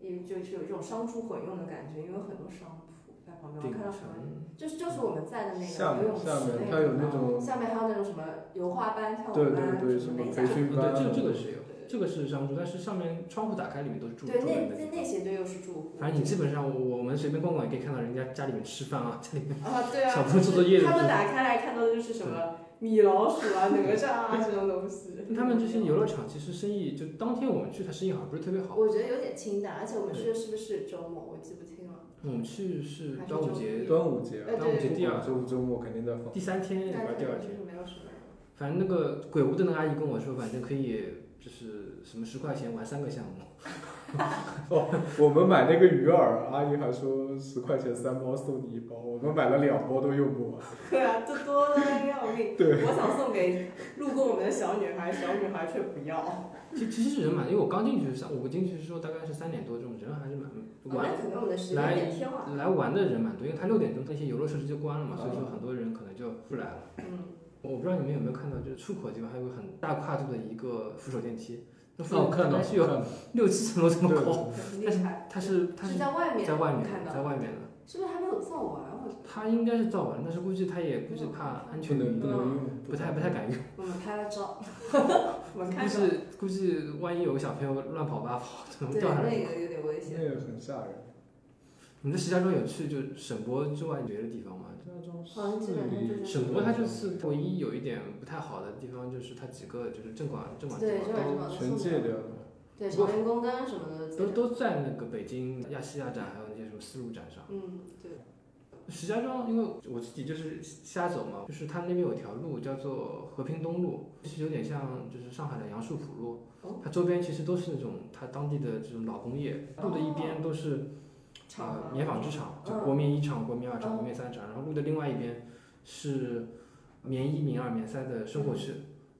[SPEAKER 4] 也就是有一种商住混用的感觉，因为有很多商铺在旁边，我
[SPEAKER 3] 顶
[SPEAKER 4] 看到
[SPEAKER 3] 层
[SPEAKER 4] 什么，就是就是我们在的那
[SPEAKER 5] 下
[SPEAKER 4] 个游
[SPEAKER 5] 面
[SPEAKER 4] 泳
[SPEAKER 5] 下
[SPEAKER 4] 池
[SPEAKER 5] 面
[SPEAKER 4] 那
[SPEAKER 5] 它有那
[SPEAKER 4] 个地
[SPEAKER 5] 种
[SPEAKER 4] 方，下面还有那种什么油画班、跳舞
[SPEAKER 5] 对
[SPEAKER 4] 班，
[SPEAKER 5] 对对，
[SPEAKER 4] 什
[SPEAKER 5] 什
[SPEAKER 4] 么
[SPEAKER 5] 么
[SPEAKER 4] 美
[SPEAKER 5] 培
[SPEAKER 4] 甲
[SPEAKER 5] 训班啊，
[SPEAKER 3] 哦对，这这个是有，
[SPEAKER 4] 对
[SPEAKER 3] 这个是商住，但是上面窗户打开，里面都是住住
[SPEAKER 4] 对，
[SPEAKER 3] 人的地
[SPEAKER 4] 那那
[SPEAKER 3] 方
[SPEAKER 4] 那。些就又是住户。
[SPEAKER 3] 反正你基本上我们随便逛逛也可以看到人家家里面吃饭啊，家里面
[SPEAKER 4] 啊，对啊，
[SPEAKER 3] 小朋友做作业的
[SPEAKER 4] 他
[SPEAKER 3] 地
[SPEAKER 4] 们
[SPEAKER 3] 方
[SPEAKER 4] 打开来看到的就是什么米老鼠啊、哪吒啊这种东 西。
[SPEAKER 3] 他们这些游乐场其实生意就当天我们去，它生意好像不是特别好。
[SPEAKER 4] 我觉得有点清淡，而且我们去的是不是周末？我记不清了。
[SPEAKER 3] 我们去是端午节
[SPEAKER 5] 端午节啊，
[SPEAKER 4] 呃对
[SPEAKER 3] 端午节第二
[SPEAKER 5] 周周末肯定在放。
[SPEAKER 3] 第三天，
[SPEAKER 4] 但
[SPEAKER 3] 玩
[SPEAKER 4] 是
[SPEAKER 3] 第二
[SPEAKER 4] 就
[SPEAKER 3] 天
[SPEAKER 4] 是。没有什么人。
[SPEAKER 3] 反正那个鬼屋的那个阿姨跟我说，反正可以就是什么十块钱玩三个项目。
[SPEAKER 5] 我们买那个鱼啊饵，阿姨还说十块钱三包送你一包，我们买了两包都用不完。
[SPEAKER 4] 对啊，这多的要命。
[SPEAKER 5] 对，
[SPEAKER 4] 我想送给路过我们的小女孩，小女孩却不要。哦，
[SPEAKER 3] 其其实人蛮，因为我刚进去是三，我进去的时候大概是三点多钟，人还是蛮玩
[SPEAKER 4] 啊那可能我们的时间有点天晚。
[SPEAKER 3] 来玩的人蛮多，因为他六点钟那些游乐设施就关了嘛，
[SPEAKER 5] 嗯
[SPEAKER 3] 所以说很多人可能就不来了。
[SPEAKER 4] 嗯，
[SPEAKER 3] 我不知道你们有没有看到，就是出口这边还有个很大跨度的一个扶手电梯，那扶
[SPEAKER 5] 哦，
[SPEAKER 3] 手
[SPEAKER 5] 看
[SPEAKER 3] 电
[SPEAKER 5] 到
[SPEAKER 3] 梯是有
[SPEAKER 5] 看到
[SPEAKER 3] 六七层楼这么高，
[SPEAKER 4] 很厉害。
[SPEAKER 3] 它是它
[SPEAKER 4] 是
[SPEAKER 3] 是
[SPEAKER 4] 在外面
[SPEAKER 3] 在外面
[SPEAKER 4] 看
[SPEAKER 3] 的，
[SPEAKER 4] 到
[SPEAKER 3] 在
[SPEAKER 4] 的，
[SPEAKER 3] 外面的，
[SPEAKER 4] 是不是还没有造完？我啊
[SPEAKER 3] 它应该是造完，但是估计它也估计怕安
[SPEAKER 5] 不
[SPEAKER 3] 全
[SPEAKER 5] 能
[SPEAKER 3] 原
[SPEAKER 5] 不
[SPEAKER 3] 因，
[SPEAKER 5] 能用，
[SPEAKER 3] 不太不太敢用，
[SPEAKER 4] 我们拍了照，我们
[SPEAKER 3] 估
[SPEAKER 4] 看到。
[SPEAKER 3] 计估计万一有个小朋友乱跑吧跑， 可能
[SPEAKER 4] 对，
[SPEAKER 3] 掉下来。
[SPEAKER 4] 那个有点危险。
[SPEAKER 5] 那个很吓人。
[SPEAKER 3] 你们石家庄有去就省博之外别的地方吗？
[SPEAKER 4] 好像基本上就是
[SPEAKER 3] 省博它就是唯一有一点不太好的地方，就是它几个就是政管政管机
[SPEAKER 4] 对，
[SPEAKER 3] 关
[SPEAKER 4] 这晚上
[SPEAKER 5] 全戒掉了。
[SPEAKER 4] 对，朝天宫跟什么的
[SPEAKER 3] 都都在那个北京亚细亚展，还有那些什么丝路展上。
[SPEAKER 4] 嗯，对，
[SPEAKER 3] 呃石家庄，因为我自己就是瞎走嘛，就是它那边有条路叫做和平东路，其实有点像就是上海的杨树浦路
[SPEAKER 4] 哦，
[SPEAKER 3] 它周边其实都是那种它当地的这种老工业，路的一
[SPEAKER 4] 哦
[SPEAKER 3] 边都是呃
[SPEAKER 4] 厂，
[SPEAKER 3] 棉纺织厂，就
[SPEAKER 4] 嗯
[SPEAKER 3] 国棉一厂、国棉二厂、
[SPEAKER 4] 嗯
[SPEAKER 3] 国棉三厂，然后路的另外一边是棉一、棉二、棉三的生活区。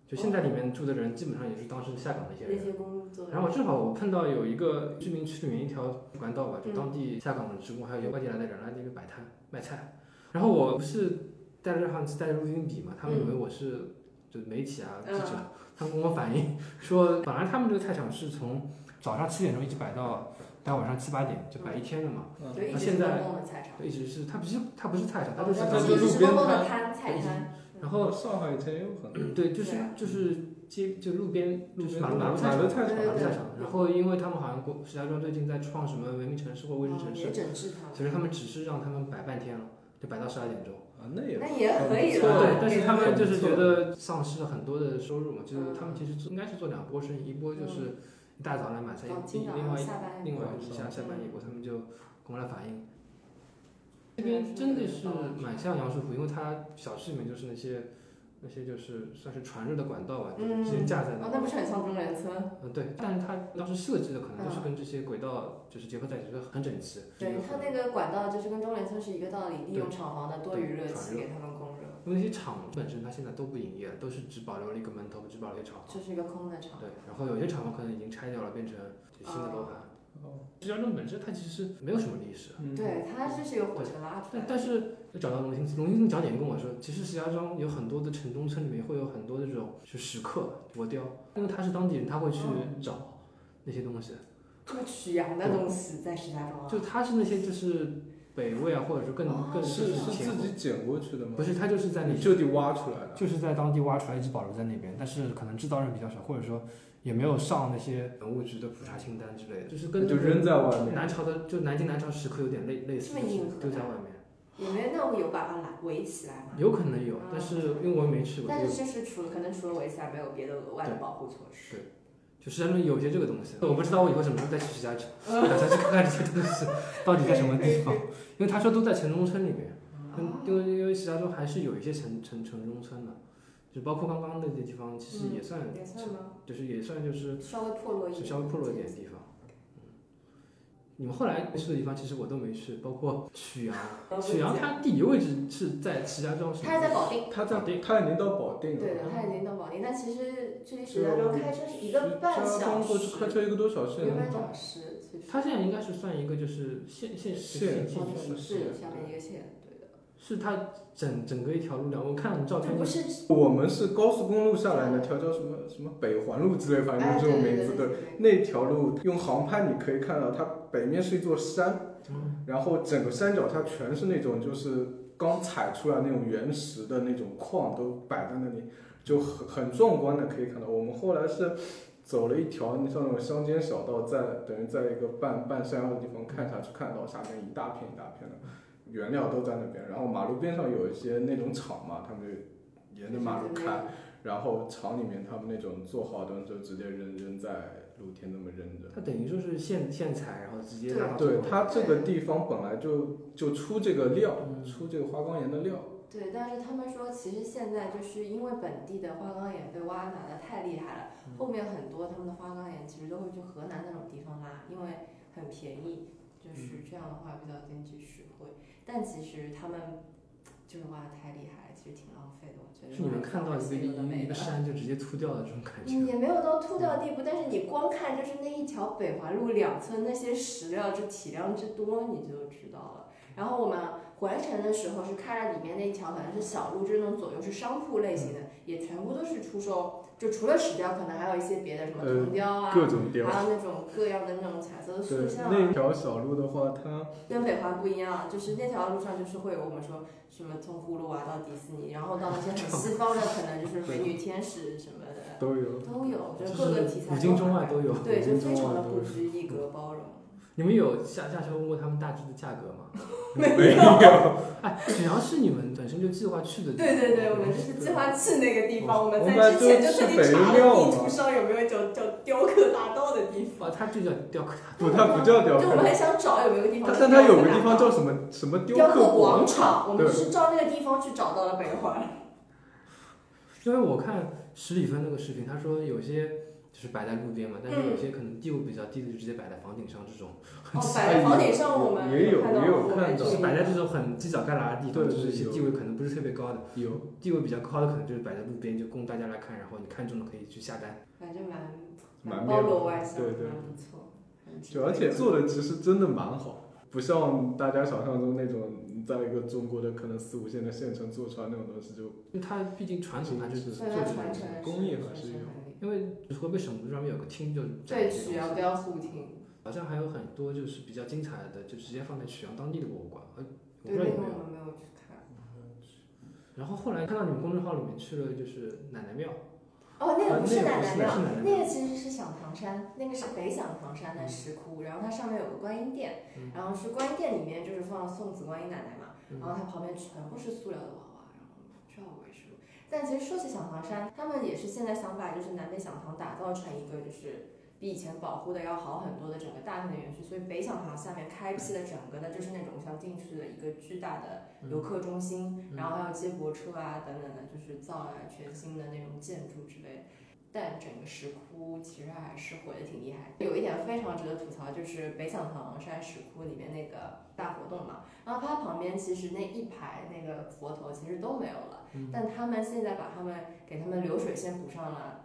[SPEAKER 3] 就现在里面住的人，基本上也是当时下岗的一些
[SPEAKER 4] 嗯那
[SPEAKER 3] 人。
[SPEAKER 4] 些工作的人，
[SPEAKER 3] 然后正好我碰到有一个居民区里面一条管道吧，就当地下岗的职工还有外地来的人来那边摆摊卖菜。然后我不是带着好像带着录音笔嘛，他们以为我是就媒体啊记
[SPEAKER 4] 嗯
[SPEAKER 3] 者，他们跟我反映说，本来他们这个菜场是从早上七点钟一直摆到到晚上七八点，就摆一天的嘛。
[SPEAKER 4] 就一
[SPEAKER 3] 那
[SPEAKER 4] 直
[SPEAKER 3] 现
[SPEAKER 4] 是
[SPEAKER 3] 在
[SPEAKER 4] 公的菜场，
[SPEAKER 3] 一直是它不是它不是菜场，它
[SPEAKER 4] 哦
[SPEAKER 3] 都是
[SPEAKER 4] 然
[SPEAKER 5] 在
[SPEAKER 4] 后
[SPEAKER 3] 在
[SPEAKER 5] 这
[SPEAKER 4] 一
[SPEAKER 5] 路
[SPEAKER 4] 直
[SPEAKER 3] 路
[SPEAKER 4] 是
[SPEAKER 5] 边
[SPEAKER 4] 公共的
[SPEAKER 5] 摊
[SPEAKER 4] 摊菜摊，
[SPEAKER 3] 然
[SPEAKER 5] 然后
[SPEAKER 3] 后
[SPEAKER 5] 上海以前也有很多
[SPEAKER 3] 对，就是
[SPEAKER 4] 对啊
[SPEAKER 3] 就是街就路边
[SPEAKER 5] 路边
[SPEAKER 3] 马路马路
[SPEAKER 5] 马
[SPEAKER 3] 菜
[SPEAKER 5] 路
[SPEAKER 3] 场。
[SPEAKER 5] 菜
[SPEAKER 3] 马
[SPEAKER 4] 对
[SPEAKER 3] 路
[SPEAKER 5] 场
[SPEAKER 4] 对
[SPEAKER 3] 菜场，然后因为他们好像国石家庄最近在创什么文明城市或
[SPEAKER 4] 哦
[SPEAKER 3] 卫生城
[SPEAKER 4] 也
[SPEAKER 3] 市，
[SPEAKER 4] 整治他们，
[SPEAKER 3] 其实他们只是让他们摆半天了，就摆到十二点钟。
[SPEAKER 5] 啊，那也
[SPEAKER 4] 那也可以
[SPEAKER 5] 对
[SPEAKER 4] 了，
[SPEAKER 3] 对，但是
[SPEAKER 4] 对
[SPEAKER 3] 他们就是
[SPEAKER 5] 很不错
[SPEAKER 3] 觉得丧失了很多的收入嘛，就是
[SPEAKER 4] 嗯
[SPEAKER 3] 他们其实做应该是做两波生意，一波就是一大早来买菜，
[SPEAKER 4] 哦，
[SPEAKER 3] 一
[SPEAKER 4] 今早
[SPEAKER 3] 另
[SPEAKER 4] 上
[SPEAKER 3] 外一
[SPEAKER 4] 下班
[SPEAKER 3] 另外
[SPEAKER 5] 晚
[SPEAKER 3] 一
[SPEAKER 5] 上
[SPEAKER 3] 下下半夜
[SPEAKER 4] 嗯
[SPEAKER 3] 过，他们就跟我来反映。这
[SPEAKER 4] 对
[SPEAKER 3] 边
[SPEAKER 4] 是
[SPEAKER 3] 真的
[SPEAKER 4] 的
[SPEAKER 3] 是
[SPEAKER 4] 嗯
[SPEAKER 3] 蛮像杨树浦，因为它小区里面就是那些那些就是算是传热的管道吧，啊就是直接
[SPEAKER 4] 嗯
[SPEAKER 3] 架在
[SPEAKER 4] 哦，
[SPEAKER 3] 那
[SPEAKER 4] 那
[SPEAKER 3] 里。
[SPEAKER 4] 不是很像中人村？
[SPEAKER 3] 嗯，对，但是它当时设计的可能就是
[SPEAKER 4] 嗯
[SPEAKER 3] 跟这些轨道就是结合在一起，就很整齐。
[SPEAKER 4] 对，它
[SPEAKER 3] 它
[SPEAKER 4] 那个管道就是跟中人村是一个道理，利用厂房的多余热气给他们供热，
[SPEAKER 3] 因为那些厂本身它现在都不营业了，都是只保留了一个门头，只保留了一个厂房
[SPEAKER 4] 就。是一个空的厂。
[SPEAKER 3] 对，然后有些厂房可能已经拆掉了，变成新的楼盘。
[SPEAKER 5] 哦，
[SPEAKER 3] 石家庄本身它其实没有什么历史，
[SPEAKER 5] 嗯，
[SPEAKER 4] 对，它就是有火车拉出来
[SPEAKER 3] 但
[SPEAKER 4] 的。
[SPEAKER 3] 但是找到龙兴寺，龙兴寺讲点跟我说，其实石家庄有很多的城中村里面会有很多这种就石刻、佛雕，因为他是当地人，他会去找那些东西。
[SPEAKER 4] 这么取洋的东西在石家庄啊
[SPEAKER 3] 就他是那些就是北魏啊，或者是更
[SPEAKER 4] 哦
[SPEAKER 3] 更
[SPEAKER 5] 是
[SPEAKER 3] 更
[SPEAKER 5] 是
[SPEAKER 3] 前
[SPEAKER 5] 自
[SPEAKER 3] 后
[SPEAKER 5] 己捡过去的吗？
[SPEAKER 3] 不，是他就是在那
[SPEAKER 5] 你就地挖出来的。
[SPEAKER 3] 就是在当地挖出来，一直保留在那边，但是可能制造人比较少，或者说也没有上那些文物局的普查清单之类的，就是跟
[SPEAKER 5] 就扔在外面，
[SPEAKER 3] 南朝的就南京南朝石刻有点类类似
[SPEAKER 4] 这
[SPEAKER 3] 的
[SPEAKER 4] 么
[SPEAKER 3] 事
[SPEAKER 4] 硬核，
[SPEAKER 3] 丢在外面，
[SPEAKER 4] 有没有那种有把它拦围起来吗？
[SPEAKER 3] 有可能有，但是因为我也没去过，
[SPEAKER 4] 但
[SPEAKER 3] 就是
[SPEAKER 4] 就是除了可能除了围起来，没有别的额外的保护措施。
[SPEAKER 3] 就石家庄有些这个东西，我不知道我以后什么时候再去石家庄， 打算去看看这些东西到底在什么地方，因为哦他说都在城中村里面，因为因为因为石家庄还是有一些城城城中村的，就包括刚刚那些地方，其实也算，
[SPEAKER 6] 也算吗？
[SPEAKER 3] 就是也算就是
[SPEAKER 4] 稍微破落一
[SPEAKER 3] 是
[SPEAKER 4] 点，
[SPEAKER 3] 稍微破嗯哦落一点的地方。嗯，你们后来去的地方其实我都没去，包括曲阳。曲阳它地理位置是啊在石家庄，是吗
[SPEAKER 4] 它是在保定，
[SPEAKER 3] 它在保定，
[SPEAKER 5] 他已经到保定啊
[SPEAKER 4] 对
[SPEAKER 5] 了，
[SPEAKER 4] 的，它已经到保定，但其实距离石家庄开车是一个半
[SPEAKER 5] 石
[SPEAKER 4] 小
[SPEAKER 5] 家庄过
[SPEAKER 4] 时
[SPEAKER 5] 去，开车一个多小时
[SPEAKER 4] 一
[SPEAKER 5] 也
[SPEAKER 4] 个
[SPEAKER 5] 能
[SPEAKER 4] 半
[SPEAKER 5] 到。
[SPEAKER 4] 小时，其实
[SPEAKER 3] 它现在应该是算一个就是县县
[SPEAKER 5] 县
[SPEAKER 3] 县
[SPEAKER 5] 级
[SPEAKER 3] 级
[SPEAKER 5] 市
[SPEAKER 4] 是下面一个县，对的，
[SPEAKER 3] 是它整整个一条路两，我看照
[SPEAKER 4] 就
[SPEAKER 3] 片
[SPEAKER 4] 不是
[SPEAKER 5] 我们是高速公路下来那条叫什么什么北环路之类，反正
[SPEAKER 4] 哎，
[SPEAKER 5] 就
[SPEAKER 4] 对
[SPEAKER 5] 这种名
[SPEAKER 4] 对
[SPEAKER 5] 字。
[SPEAKER 4] 对
[SPEAKER 5] 对，
[SPEAKER 4] 对，
[SPEAKER 5] 那条路用航拍你可以看到，它北面是一座山，
[SPEAKER 3] 嗯
[SPEAKER 5] 然后整个山脚下全是那种就是刚踩出来那种原石的那种矿都摆在那里，就很很壮观的可以看到。我们后来是走了一条像那种乡间小道，在等于在一个半半山腰的地方看下去，看到下面一大片一大片的原料都在那边，然后马路边上有一些那种厂嘛，他们就沿着马路开。然后厂里面他们那种做好的就直接扔扔在路边那么扔着。
[SPEAKER 3] 它等于说是现现采，然后直接
[SPEAKER 4] 对
[SPEAKER 3] 拿到
[SPEAKER 5] 对
[SPEAKER 3] 手里
[SPEAKER 5] 它这个地方本来就就出这个料，
[SPEAKER 3] 嗯
[SPEAKER 5] 出这个花岗岩的料。
[SPEAKER 4] 对，但是他们说，其实现在就是因为本地的花岗岩被挖拿的太厉害了，
[SPEAKER 3] 嗯
[SPEAKER 4] 后面很多他们的花岗岩其实都会去河南那种地方拉，因为很便宜，就是
[SPEAKER 3] 嗯
[SPEAKER 4] 这样的话比较经济实惠。但其实他们就是挖的太厉害了，其实挺浪费的，我觉得。
[SPEAKER 3] 是你们看到一个
[SPEAKER 4] 有的
[SPEAKER 3] 一
[SPEAKER 4] 没
[SPEAKER 3] 一个
[SPEAKER 4] 的。
[SPEAKER 3] 山就直接秃掉的这种感觉
[SPEAKER 4] 嗯，。也没有到秃掉地步，但是你光看就是那一条北环路两侧那些石料之体量之多，你就知道了。然后我们回程的时候是开了里面那一条，可能是小路，这种左右是商铺类型的，
[SPEAKER 5] 嗯
[SPEAKER 4] 也全部都是出售，就除了石雕，可能还有一些别的什么
[SPEAKER 5] 呃
[SPEAKER 4] 铜雕啊，
[SPEAKER 5] 各种雕。
[SPEAKER 4] 还有那种各样的那种彩色的塑，
[SPEAKER 5] 对
[SPEAKER 4] 像啊，
[SPEAKER 5] 那条小路的话，它
[SPEAKER 4] 跟北环不一样，啊就是那条路上就是会有我们说什么从葫芦娃到迪士尼，然后到那 些很西方的，可能就是美女天使什么的
[SPEAKER 5] 都 有。
[SPEAKER 4] 都有，就
[SPEAKER 3] 就是
[SPEAKER 4] 各个题材
[SPEAKER 3] 古
[SPEAKER 4] 都
[SPEAKER 3] 今
[SPEAKER 4] 有
[SPEAKER 5] 啊
[SPEAKER 3] 中外都有，
[SPEAKER 4] 对，
[SPEAKER 3] 古
[SPEAKER 4] 就
[SPEAKER 3] 今中
[SPEAKER 4] 非常
[SPEAKER 3] 外
[SPEAKER 4] 的
[SPEAKER 3] 都
[SPEAKER 4] 不
[SPEAKER 3] 有。
[SPEAKER 4] 拘一格包容。
[SPEAKER 3] 你们有下下车问过他们大致的价格 吗？
[SPEAKER 5] 没有。
[SPEAKER 3] 哎，只要是你们本身就计划去的地方，
[SPEAKER 4] 对对对，我们就是计划去那个地方，我们
[SPEAKER 5] 我们
[SPEAKER 4] 在之
[SPEAKER 5] 就
[SPEAKER 4] 前就
[SPEAKER 5] 去
[SPEAKER 4] 特地
[SPEAKER 5] 北
[SPEAKER 4] 查
[SPEAKER 5] 庙
[SPEAKER 4] 了地
[SPEAKER 5] 嘛
[SPEAKER 4] 图上有没有一种叫雕刻大道的地
[SPEAKER 3] 啊，
[SPEAKER 4] 方。
[SPEAKER 3] 它就叫雕刻
[SPEAKER 5] 不，它不叫雕
[SPEAKER 4] 就我们
[SPEAKER 5] 刻，
[SPEAKER 4] 很想找有没有个地方
[SPEAKER 5] 它
[SPEAKER 4] 是
[SPEAKER 5] 但
[SPEAKER 4] 雕刻大道，
[SPEAKER 5] 它有个地方叫什么什么
[SPEAKER 4] 雕刻
[SPEAKER 5] 刻
[SPEAKER 4] 广
[SPEAKER 5] 广，
[SPEAKER 4] 场，我们
[SPEAKER 5] 对
[SPEAKER 4] 就是照那个地方去找到了北环。
[SPEAKER 3] 因为我看十里芬那个视频，他说有些就是摆在路边嘛，但是
[SPEAKER 4] 嗯
[SPEAKER 3] 有些可能地位比较低的就直接摆在房顶上，这种
[SPEAKER 4] 哦，摆在房顶上，我们
[SPEAKER 5] 也有
[SPEAKER 4] 看到
[SPEAKER 5] 也有
[SPEAKER 4] 我
[SPEAKER 5] 看
[SPEAKER 4] 们
[SPEAKER 5] 到
[SPEAKER 3] 就是摆在这种很犄角旮旯的地方，
[SPEAKER 5] 对
[SPEAKER 3] 就是一些
[SPEAKER 5] 有
[SPEAKER 3] 地位可能不是特别高的，
[SPEAKER 5] 有
[SPEAKER 4] 嗯
[SPEAKER 3] 地位比较高的可能就是摆在路边，就供大家来看，然后你看中了可以去下单。
[SPEAKER 4] 反正蛮
[SPEAKER 5] 蛮
[SPEAKER 4] 包
[SPEAKER 5] 面
[SPEAKER 4] 罗万象，嗯
[SPEAKER 5] 对对
[SPEAKER 4] 蛮不错。很值
[SPEAKER 5] 就而
[SPEAKER 4] 得
[SPEAKER 5] 且做的其实真的蛮好，不像大家想象中那种，你在一个中国的可能四五线的县城做出来那种东西就
[SPEAKER 3] 因为它毕竟传统，它就是
[SPEAKER 4] 所以
[SPEAKER 3] 做
[SPEAKER 4] 它
[SPEAKER 3] 这
[SPEAKER 4] 传
[SPEAKER 3] 个。
[SPEAKER 4] 承的
[SPEAKER 5] 工业还
[SPEAKER 4] 是
[SPEAKER 5] 是有
[SPEAKER 4] 很厉
[SPEAKER 3] 因为河北省不是专门有个厅，就是
[SPEAKER 4] 害
[SPEAKER 3] 展这
[SPEAKER 4] 对，
[SPEAKER 3] 个
[SPEAKER 4] 曲
[SPEAKER 3] 东
[SPEAKER 4] 阳
[SPEAKER 3] 西
[SPEAKER 4] 雕塑厅。
[SPEAKER 3] 好像还有很多就是比较精彩的，就直接放在曲阳当地的博物馆，呃，我
[SPEAKER 4] 对，
[SPEAKER 3] 不知
[SPEAKER 4] 那
[SPEAKER 3] 道有没有。
[SPEAKER 4] 个我们没有去看。
[SPEAKER 3] 然后后来看到你们公众号里面去了，就是奶奶庙，
[SPEAKER 4] 哦，那个不
[SPEAKER 5] 啊那
[SPEAKER 4] 是
[SPEAKER 5] 个
[SPEAKER 4] 奶
[SPEAKER 5] 不
[SPEAKER 4] 奶
[SPEAKER 5] 是嗯
[SPEAKER 4] 庙
[SPEAKER 5] 奶，
[SPEAKER 3] 奶
[SPEAKER 4] 那个其实是响堂山，那个是北响堂山的石窟，然后它上面有个观音殿
[SPEAKER 3] 嗯，
[SPEAKER 4] 然后是观音殿里面就是放送子观音奶奶嘛，
[SPEAKER 3] 嗯
[SPEAKER 4] 然后它旁边全部是塑料的娃娃，然后不知道为什么。但其实说起响堂山，他们也是现在想把就是南北响堂打造成一个就是比以前保护的要好很多的整个大片的园区，所以北响堂下面开辟了整个的就是那种像进去的一个巨大的
[SPEAKER 5] 嗯
[SPEAKER 4] 游客中心，
[SPEAKER 3] 嗯
[SPEAKER 4] 然后还有接驳车啊等等的，就是造了全新的那种建筑之类的。但整个石窟其实还是毁的挺厉害。有一点非常值得吐槽，就是北响堂山石窟里面那个大活动嘛，然后它旁边其实那一排那个佛头其实都没有了，
[SPEAKER 3] 嗯
[SPEAKER 4] 但他们现在把他们给他们流水线补上了。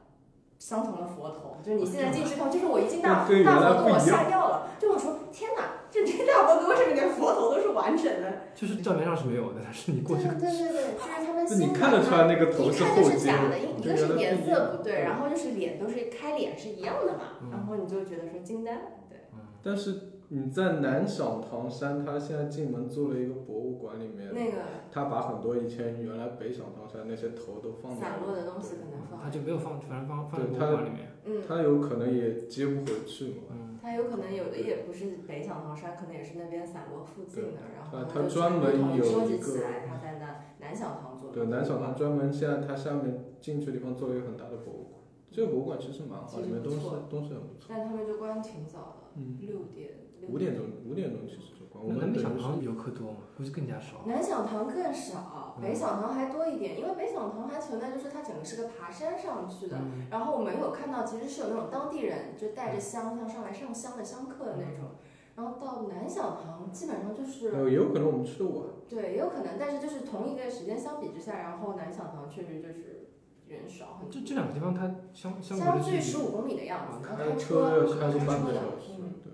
[SPEAKER 4] 相同的佛头，就是你现在进去看，就是我一进大
[SPEAKER 5] 那跟原
[SPEAKER 4] 大
[SPEAKER 5] 来
[SPEAKER 4] 佛
[SPEAKER 5] 不
[SPEAKER 4] 头，
[SPEAKER 5] 一
[SPEAKER 4] 我
[SPEAKER 5] 样
[SPEAKER 4] 吓尿了，就我说天哪，这这大佛头为什么连佛头都是完整的？
[SPEAKER 3] 就是照片上是没有的，但是你过
[SPEAKER 4] 对
[SPEAKER 3] 去
[SPEAKER 4] 嗯对对对，就是他们
[SPEAKER 5] 就
[SPEAKER 4] 新
[SPEAKER 5] 你
[SPEAKER 4] 的
[SPEAKER 5] 看得出来那个头
[SPEAKER 4] 一
[SPEAKER 5] 是
[SPEAKER 4] 看
[SPEAKER 5] 后
[SPEAKER 4] 就是
[SPEAKER 5] 接
[SPEAKER 4] 假的，
[SPEAKER 5] 的，
[SPEAKER 4] 一一
[SPEAKER 5] 对
[SPEAKER 4] 个是颜色不
[SPEAKER 5] 对
[SPEAKER 4] 对，然后就是脸都是开脸是一样的嘛，
[SPEAKER 3] 嗯
[SPEAKER 4] 然后你就觉得说惊呆了，对，
[SPEAKER 5] 但是你在南响堂山，它现在进门做了一个博物馆，里面
[SPEAKER 4] 那个
[SPEAKER 5] 它把很多以前原来北响堂山那些头都放在
[SPEAKER 4] 散落的东西
[SPEAKER 5] 对
[SPEAKER 4] 可能 放
[SPEAKER 3] 他，就没有放，反正放放在
[SPEAKER 5] 对
[SPEAKER 3] 博物
[SPEAKER 5] 它
[SPEAKER 3] 馆里面。
[SPEAKER 4] 嗯，
[SPEAKER 5] 它有可能也接不回去嘛。
[SPEAKER 3] 嗯，
[SPEAKER 4] 它有可能有的也不是北响堂山，可能也是那边散落附近的，然后
[SPEAKER 5] 它
[SPEAKER 4] 就
[SPEAKER 5] 它专门
[SPEAKER 4] 统一
[SPEAKER 5] 有
[SPEAKER 4] 收
[SPEAKER 5] 一
[SPEAKER 4] 集
[SPEAKER 5] 个
[SPEAKER 4] 起来，它在那南响堂做的，
[SPEAKER 5] 对，南响堂专门现在它下面进去的地方做了一个很大的博物馆，这个博物馆其实蛮好，
[SPEAKER 4] 其实
[SPEAKER 5] 里面
[SPEAKER 4] 不
[SPEAKER 5] 东西
[SPEAKER 4] 错
[SPEAKER 5] 东西很不错。
[SPEAKER 4] 但他们就关挺早的，
[SPEAKER 5] 嗯，
[SPEAKER 4] 六点
[SPEAKER 5] 五点钟五点钟其实就关况。我
[SPEAKER 3] 那南
[SPEAKER 5] 们
[SPEAKER 3] 北
[SPEAKER 5] 等
[SPEAKER 3] 小
[SPEAKER 5] 于
[SPEAKER 3] 堂
[SPEAKER 5] 是
[SPEAKER 3] 游客多吗？估计更加少。
[SPEAKER 4] 南小堂更少，
[SPEAKER 3] 嗯
[SPEAKER 4] 北小堂还多一点，因为北小堂还存在就是它整个是个爬山上去的。
[SPEAKER 3] 嗯
[SPEAKER 4] 然后我们有看到，其实是有那种当地人就带着香像上来上香的香客的那种。
[SPEAKER 3] 嗯
[SPEAKER 4] 然后到南小堂基本上就是
[SPEAKER 5] 呃，也有可能我们去的晚，
[SPEAKER 4] 对，也有可能，但是就是同一个时间相比之下，然后南小堂确实就是人少很
[SPEAKER 3] 这
[SPEAKER 4] 多，
[SPEAKER 3] 这两个地方它相相隔
[SPEAKER 4] 相
[SPEAKER 3] 的距
[SPEAKER 4] 距
[SPEAKER 3] 离
[SPEAKER 4] 十五公里的样
[SPEAKER 3] 啊
[SPEAKER 4] 子，然后
[SPEAKER 5] 开
[SPEAKER 4] 车
[SPEAKER 5] 要开
[SPEAKER 4] 开
[SPEAKER 5] 个半
[SPEAKER 4] 车
[SPEAKER 5] 个
[SPEAKER 4] 的
[SPEAKER 5] 小时，
[SPEAKER 4] 嗯，
[SPEAKER 5] 对。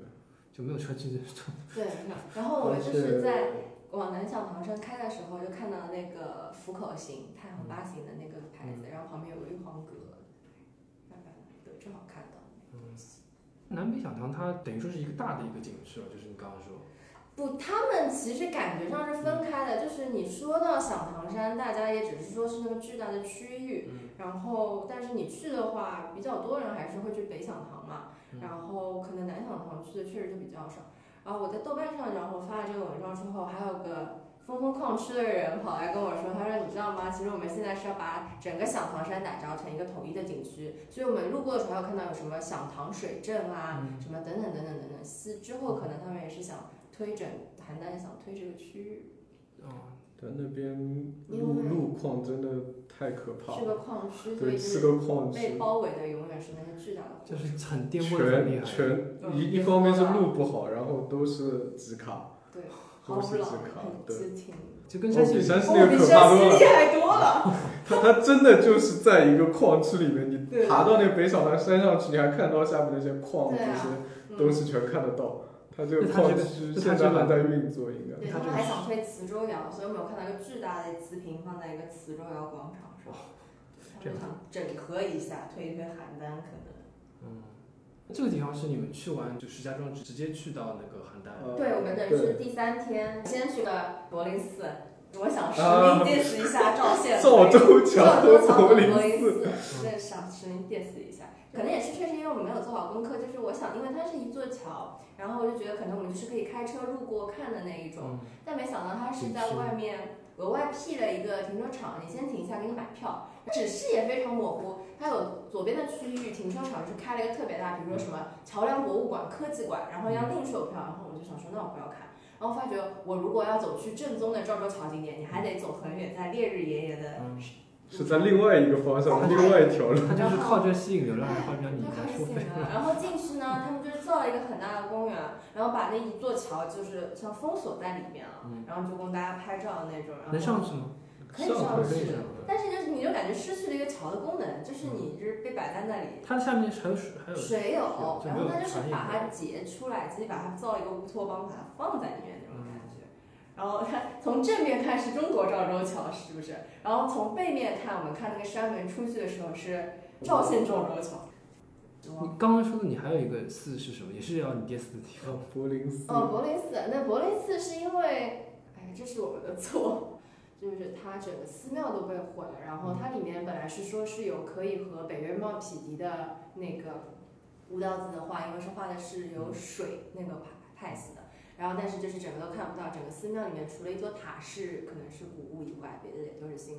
[SPEAKER 3] 就没有车距离。
[SPEAKER 4] 对。然后我
[SPEAKER 5] 而
[SPEAKER 4] 们就
[SPEAKER 5] 且
[SPEAKER 4] 是在往南小堂山开的时候，就看到那个虎口型太行八型的那个牌子，然后旁边有个玉皇阁，大概对，正好看到。
[SPEAKER 3] 南北小堂它等于说是一个大的一个景区了，就是你刚刚说，
[SPEAKER 4] 不，他们其实感觉上是分开的，就是你说到小唐山，大家也只是说是那个巨大的区域，
[SPEAKER 3] 嗯
[SPEAKER 4] 然后但是你去的话，比较多人还是会去北小唐嘛，
[SPEAKER 3] 嗯
[SPEAKER 4] 然后可能南小唐去的确实就比较少。然后我在豆瓣上，然后发了这个文章之后，还有个峰峰矿区的人跑来跟我说，他说你知道吗？其实我们现在是要把整个小唐山打造成一个统一的景区，所以我们路过的时候还有看到有什么小唐水镇啊，
[SPEAKER 3] 嗯
[SPEAKER 4] 什么等等等等等等。西之后可能他们也是想推整邯郸，想推这个区域
[SPEAKER 3] 啊，
[SPEAKER 5] 但那边
[SPEAKER 4] 因
[SPEAKER 5] 路
[SPEAKER 4] 为
[SPEAKER 5] 路况真的太可怕
[SPEAKER 4] 是个
[SPEAKER 5] 了，
[SPEAKER 4] 矿区，所
[SPEAKER 5] 对，
[SPEAKER 4] 以就是是
[SPEAKER 5] 个矿
[SPEAKER 4] 被
[SPEAKER 5] 区，
[SPEAKER 4] 包围的永远是那些巨大的矿
[SPEAKER 3] 就是
[SPEAKER 4] 区。
[SPEAKER 3] 很颠簸的很厉
[SPEAKER 5] 全
[SPEAKER 3] 害。
[SPEAKER 5] 全
[SPEAKER 4] 嗯
[SPEAKER 5] 一一方面是路不好，然后都是集卡，
[SPEAKER 4] 对，毫
[SPEAKER 5] 都
[SPEAKER 4] 无
[SPEAKER 5] 是
[SPEAKER 4] 老，
[SPEAKER 5] 集卡，
[SPEAKER 4] 很
[SPEAKER 5] 对。
[SPEAKER 4] 激挺。
[SPEAKER 3] 就
[SPEAKER 5] 哦
[SPEAKER 3] 跟山西
[SPEAKER 5] 比山西
[SPEAKER 4] 哦，
[SPEAKER 5] 那个
[SPEAKER 4] 比
[SPEAKER 5] 可怕
[SPEAKER 4] 山
[SPEAKER 5] 多
[SPEAKER 4] 西
[SPEAKER 5] 了，
[SPEAKER 4] 厉害多了。
[SPEAKER 5] 它它真的就是在一个矿区里面，你
[SPEAKER 4] 对
[SPEAKER 5] 爬到那北小南山上去，你还看到下面那些矿
[SPEAKER 4] 对
[SPEAKER 5] 这
[SPEAKER 4] 啊
[SPEAKER 5] 些
[SPEAKER 4] 嗯
[SPEAKER 5] 东西全看得到。它这个
[SPEAKER 3] 那它这
[SPEAKER 5] 矿
[SPEAKER 3] 个
[SPEAKER 5] 区
[SPEAKER 3] 那它
[SPEAKER 5] 现
[SPEAKER 3] 这
[SPEAKER 5] 在
[SPEAKER 3] 个
[SPEAKER 5] 还在运作，应该。
[SPEAKER 4] 嗯对他们还想推磁州窑，所以我们有看到一个巨大的瓷瓶放在一个磁州窑广场上，他
[SPEAKER 3] 这
[SPEAKER 4] 们
[SPEAKER 3] 样
[SPEAKER 4] 想整合一下，推一推邯郸可能。
[SPEAKER 3] 嗯，这个地方是你们去完就石家庄直接去到那个邯郸，
[SPEAKER 5] 呃
[SPEAKER 4] 对，我们等于
[SPEAKER 5] 对
[SPEAKER 4] 是第三天，先去了柏林寺，我想实
[SPEAKER 5] 啊
[SPEAKER 4] 名 diss 一下赵 县
[SPEAKER 5] 赵州
[SPEAKER 4] 赵
[SPEAKER 5] 桥
[SPEAKER 4] 州
[SPEAKER 5] 和
[SPEAKER 4] 桥
[SPEAKER 5] 柏
[SPEAKER 4] 和
[SPEAKER 5] 林
[SPEAKER 4] 柏林
[SPEAKER 5] 寺，
[SPEAKER 4] 寺，对，想实名 diss 一下。可能也是确实因为我们没有做好功课，就是我想，因为它是一座桥，然后我就觉得可能我们就是可以开车路过看的那一种，
[SPEAKER 3] 嗯，
[SPEAKER 4] 但没想到他是在外面额外辟了一个停车场，你先停下给你买票，呃指示也非常模糊。它有左边的区域停车场是开了一个特别大，比如说什么桥梁博物馆、科技馆，然后要另售票，然后我就想说那我不要看。然后发觉我如果要走去正宗的赵州桥景点，你还得走很远，在烈日炎炎的
[SPEAKER 3] 嗯
[SPEAKER 5] 是在另外一个方
[SPEAKER 4] 哦
[SPEAKER 5] 向，另外一条路。
[SPEAKER 3] 它就是靠这吸引流量，靠着你
[SPEAKER 4] 就
[SPEAKER 3] 来
[SPEAKER 4] 开始
[SPEAKER 3] 收
[SPEAKER 4] 写
[SPEAKER 3] 费。
[SPEAKER 4] 了，然后进去呢，他们就是造了一个很大的公园，然后把那一座桥就是像封锁在里面了，
[SPEAKER 3] 嗯
[SPEAKER 4] 然后就供大家拍照的那种。然后
[SPEAKER 3] 能上去吗？
[SPEAKER 4] 可以上
[SPEAKER 3] 可以
[SPEAKER 4] 去
[SPEAKER 3] 上，
[SPEAKER 4] 但是就是你就感觉失去了一个桥的功能，就是你就是被摆在那里，
[SPEAKER 3] 它下面还有水，还有
[SPEAKER 4] 水有，
[SPEAKER 3] 就
[SPEAKER 4] 然
[SPEAKER 3] 没
[SPEAKER 4] 后
[SPEAKER 3] 有
[SPEAKER 4] 它就是
[SPEAKER 3] 船
[SPEAKER 4] 把
[SPEAKER 3] 也
[SPEAKER 4] 它
[SPEAKER 3] 没
[SPEAKER 4] 截出来，自己把它造了一个乌托邦，把它放在里面那种感
[SPEAKER 3] 嗯
[SPEAKER 4] 觉。然后它从正面看是中国赵州桥，是不是？然后从背面看，我们看那个山门出去的时候是赵县赵州桥。
[SPEAKER 3] 你刚刚说的，你还有一个寺是什么？也是要你 diss 的地方。
[SPEAKER 5] 柏林寺，
[SPEAKER 4] 哦，柏林寺，那柏林寺是因为，哎，这是我们的错， 就是它整个寺庙都被毁了，然后它里面本来是说是有可以和北岳庙匹敌的那个舞蹈子的画，因为是画的是有水那个派派系的，然后但是就是整个都看不到，整个寺庙里面除了一座塔是可能是古物以外，别的也都是新。